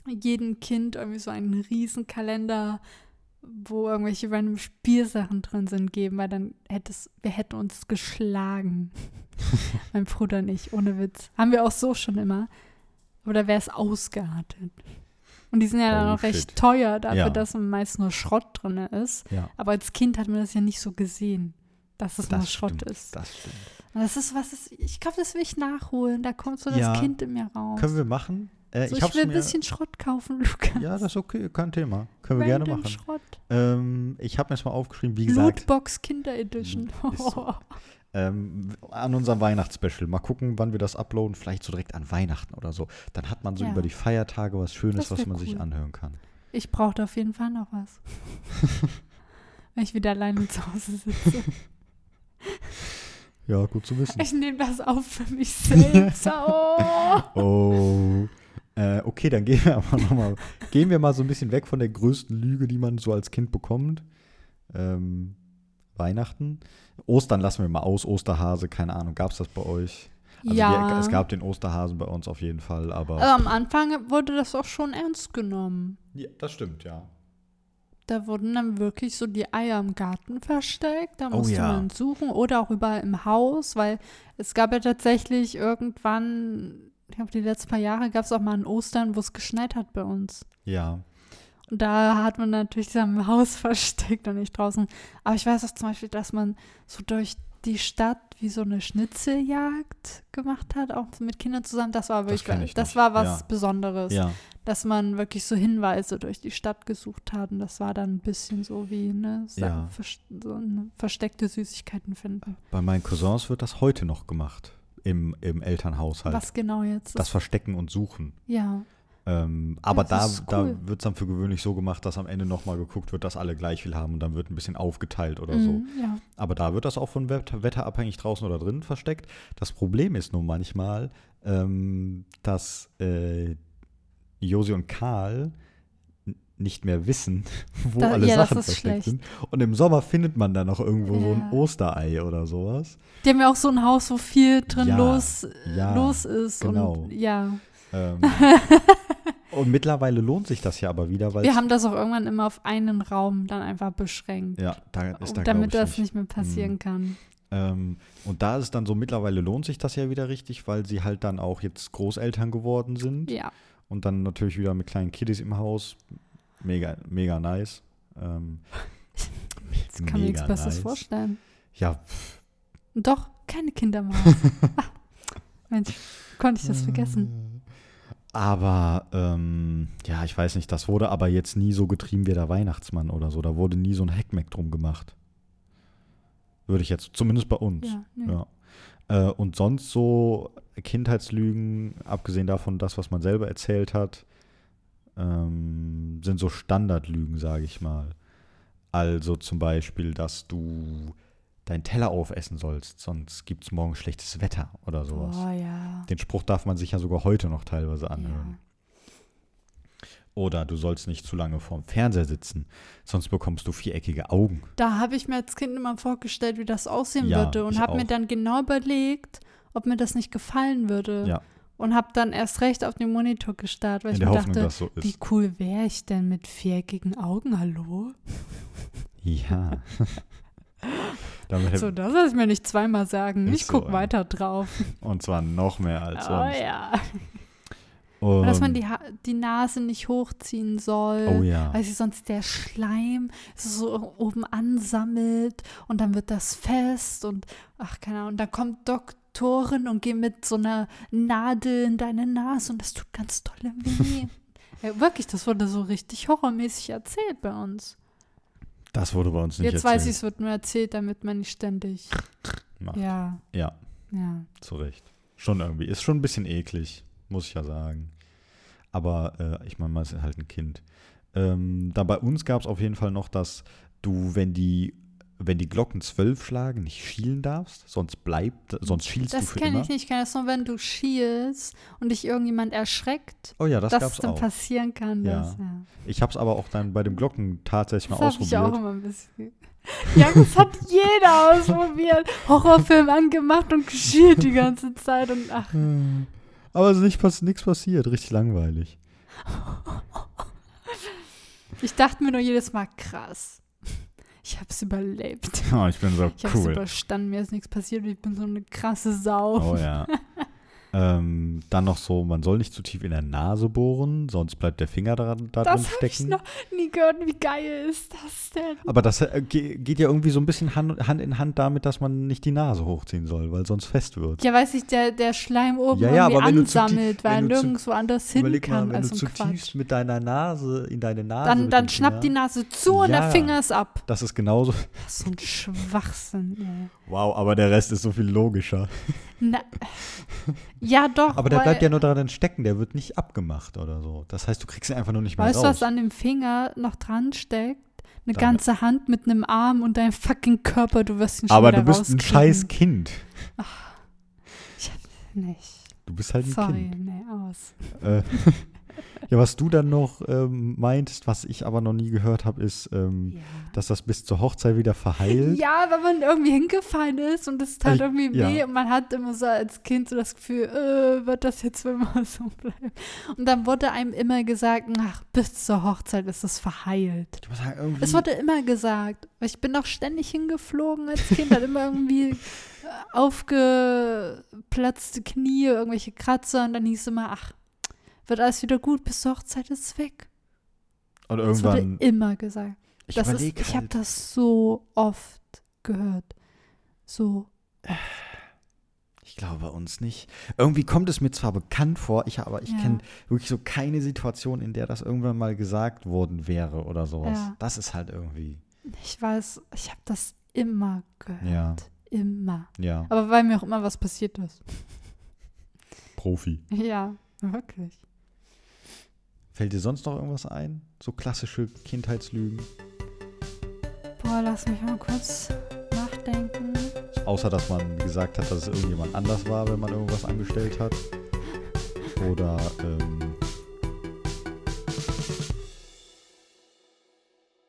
jedem Kind irgendwie so einen riesen Kalender, wo irgendwelche random Spielsachen drin sind, geben, weil dann hätte es, wir hätten uns geschlagen. mein Bruder nicht, ohne Witz. Haben wir auch so schon immer. Aber da wäre es ausgeartet. Und die sind ja dann Oh, auch recht shit. teuer dafür, Ja. dass meist nur Schrott drin ist. Ja. Aber als Kind hat man das ja nicht so gesehen, dass es nur das Schrott stimmt, ist. Das stimmt. Und Das ist was, das, ich glaube, das will ich nachholen. Da kommt so das Ja. Kind in mir raus. Können wir machen? Äh, so, ich ich, hab's will ein mir, bisschen Schrott kaufen, Lukas. Ja, das ist okay, kein Thema. Können wir Random gerne machen. Schrott. Ähm, ich habe mir jetzt mal aufgeschrieben, wie gesagt, Hm, Lootbox Kinder Edition. Ist so. ähm, an unserem Weihnachtsspecial. Mal gucken, wann wir das uploaden. Vielleicht so direkt an Weihnachten oder so. Dann hat man so Ja. über die Feiertage was Schönes, Das wär was man sich cool. anhören kann. Ich brauche da auf jeden Fall noch was. Wenn ich wieder alleine zu Hause sitze. Ja, gut zu wissen. Ich nehme das auf für mich selbst. Oh. Also Oh. Äh, okay, dann gehen wir aber nochmal. gehen wir mal so ein bisschen weg von der größten Lüge, die man so als Kind bekommt. Ähm, Weihnachten. Ostern lassen wir mal aus. Osterhase, keine Ahnung, gab es das bei euch? Oh. Also ja. wir, es gab den Osterhasen bei uns auf jeden Fall, aber. also am Anfang wurde das auch schon ernst genommen. Ja, das stimmt, ja. Da wurden dann wirklich so die Eier im Garten versteckt. Da Oh musste ja. man suchen oder auch überall im Haus, weil es gab ja tatsächlich irgendwann, ich glaube, die letzten paar Jahre gab es auch mal an Ostern, wo es geschneit hat bei uns. Ja. Und da hat man natürlich dann im Haus versteckt und nicht draußen. Aber ich weiß auch zum Beispiel, dass man so durch die Stadt wie so eine Schnitzeljagd gemacht hat, auch mit Kindern zusammen. Das war wirklich, kenn ich das nicht. war was Ja. Besonderes Ja. dass man wirklich so Hinweise durch die Stadt gesucht hat. Und das war dann ein bisschen so wie ne, Sa- Ja. vers so eine versteckte Süßigkeiten finden. Bei meinen Cousins wird das heute noch gemacht. Im, im Elternhaushalt. Was genau jetzt? Halt. Das Ist, Verstecken und Suchen. ja, Ähm, aber da, das ist cool. da wird es dann für gewöhnlich so gemacht, dass am Ende nochmal geguckt wird, dass alle gleich viel haben und dann wird ein bisschen aufgeteilt oder so. Mhm, ja. Aber da wird das auch von Wet- Wetter abhängig draußen oder drinnen versteckt. Das Problem ist nun manchmal, ähm, dass äh, Josi und Karl n- nicht mehr wissen, wo Da- alle ja, das Sachen ist versteckt schlecht. sind. Und im Sommer findet man dann noch irgendwo so Ja. ein Osterei oder sowas. Die haben ja auch so ein Haus, wo viel drin Ja, los, äh, ja, los ist. genau. Und, ja, Ähm, und mittlerweile lohnt sich das ja aber wieder, weil wir haben das auch irgendwann immer auf einen Raum dann einfach beschränkt, ja, da ist da, glaub ich, damit das nicht. Mhm. nicht mehr passieren kann. Ähm, und da ist dann so, mittlerweile lohnt sich das ja wieder richtig, weil sie halt dann auch jetzt Großeltern geworden sind Ja, und dann natürlich wieder mit kleinen Kiddies im Haus. Mega, mega nice. Ähm, Ich kann mir nichts Mega Besseres nice. vorstellen. Ja, Und doch, keine Kinder mehr. Ah, Mensch, konnte ich das vergessen. Mm. Aber ähm, ja, ich weiß nicht, das wurde aber jetzt nie so getrieben wie der Weihnachtsmann oder so. Da wurde nie so ein Heckmeck drum gemacht. Würde ich jetzt, zumindest bei uns. Ja, nö. Ja. Äh, und sonst so Kindheitslügen, abgesehen davon, das, was man selber erzählt hat, ähm, sind so Standardlügen, sage ich mal. Also zum Beispiel, dass du deinen Teller aufessen sollst, sonst gibt es morgen schlechtes Wetter oder sowas. Oh ja. Den Spruch darf man sich ja sogar heute noch teilweise ja. anhören. Oder du sollst nicht zu lange vorm Fernseher sitzen, sonst bekommst du viereckige Augen. Da habe ich mir als Kind immer vorgestellt, wie das aussehen Ja, würde und ich habe mir auch. dann genau überlegt, ob mir das nicht gefallen würde. Ja. Und habe dann erst recht auf den Monitor gestarrt, weil in ich der mir Hoffnung, dachte, dass so wie ist. cool wäre ich denn mit viereckigen Augen, hallo? Ja. Damit, So, das lasse ich mir nicht zweimal sagen. Ist Ich so, gucke ja. weiter drauf. und zwar noch mehr als oh sonst. ja. Und, Und dass man die, Ha- die Nase nicht hochziehen soll. oh ja. Weil sich sonst der Schleim so oben ansammelt und dann wird das fest und ach, keine Ahnung, dann kommt Doktorin und geht mit so einer Nadel in deine Nase und das tut ganz tolle weh. ja, wirklich, das wurde so richtig horrormäßig erzählt bei uns. Das wurde bei uns nicht Jetzt erzählt. weiß ich, es wird nur erzählt, damit man nicht ständig. Macht. Ja, Ja, ja. zu Recht. Schon irgendwie. Ist schon ein bisschen eklig, muss ich ja sagen. Aber äh, ich meine, man ist halt ein Kind. Ähm, dann bei uns gab es auf jeden Fall noch, dass du, wenn die, wenn die Glocken zwölf schlagen, nicht schielen darfst, sonst bleibt, sonst schielst du Das für kenne immer. ich nicht, ich kenne das nur, wenn du schielst und dich irgendjemand erschreckt, Oh ja, das dass es gab's dann auch. passieren kann. Ja. Das, ja. Ich habe es aber auch dann bei dem Glocken tatsächlich mal Das habe ich auch ausprobiert. immer ein bisschen. Ja, das hat jeder ausprobiert. Horrorfilm angemacht und geschielt die ganze Zeit und ach, Hm. Aber es ist nicht pass nichts passiert, richtig langweilig. ich dachte mir nur jedes Mal krass. Ich hab's überlebt. Oh, ich bin so Ich hab's überstanden, mir ist nichts passiert, ich bin so eine krasse Sau. Oh ja. ähm, dann noch so, man soll nicht zu tief in der Nase bohren, sonst bleibt der Finger daran, da drin das habe ich stecken. noch nie gehört. Wie geil ist das denn? Aber das äh, ge- geht ja irgendwie so ein bisschen Hand, Hand in Hand damit, dass man nicht die Nase hochziehen soll, weil sonst fest wird. Ja, weiß ich, der, der Schleim oben Ja, ja, irgendwie aber wenn du zu tief- ansammelt, weil er wenn du zu- nirgendwo anders hin kann als so ein Quatsch. mit deiner Nase in deine Nase. Dann, dann schnappt die Nase zu und Ja. der Finger ist ab. Das ist genauso. Ach, so ein Schwachsinn, ey. Wow, aber der Rest ist so viel logischer. Na, ja, doch. Aber der weil- bleibt ja nur daran stecken, der wird nicht abgemacht oder so. Das heißt, du kriegst ihn einfach nur nicht mehr Weißt du, raus. was an dem Finger noch dran steckt? Eine Deine- ganze Hand mit einem Arm und deinem fucking Körper, du wirst ihn schon aber wieder du bist ein rauskriegen. scheiß Kind. Nicht. Du bist halt ein Sorry, Kind. nee, aus. Äh, ja, was du dann noch ähm, meintest, was ich aber noch nie gehört habe, ist, ähm, Ja. dass das bis zur Hochzeit wieder verheilt. ja, wenn man irgendwie hingefallen ist und es tat Ich- irgendwie ja. weh und man hat immer so als Kind so das Gefühl, äh, wird das jetzt für immer so bleiben? Und dann wurde einem immer gesagt, ach, bis zur Hochzeit ist es verheilt. Ich muss sagen, irgendwie- Es wurde immer gesagt. Ich bin doch ständig hingeflogen als Kind, hat immer irgendwie äh, aufgeplatzte Knie, irgendwelche Kratzer und dann hieß immer, ach, wird alles wieder gut, bis zur Hochzeit ist weg. und Das wurde irgendwann, immer gesagt. ich Das ist, überlege ich habe halt, das so oft gehört. So. ich glaube bei uns nicht. Irgendwie kommt es mir zwar bekannt vor, ich aber ich Ja. kenne wirklich so keine Situation, in der das irgendwann mal gesagt worden wäre oder sowas. Ja. Das ist halt irgendwie, Ich weiß, ich habe das immer gehört. ja, Immer. ja, Aber weil mir auch immer was passiert ist. Oh. Profi. Ja, wirklich. Fällt dir sonst noch irgendwas ein? So klassische Kindheitslügen? Boah, lass mich mal kurz nachdenken. Außer, dass man gesagt hat, dass es irgendjemand anders war, wenn man irgendwas angestellt hat. Oder ähm,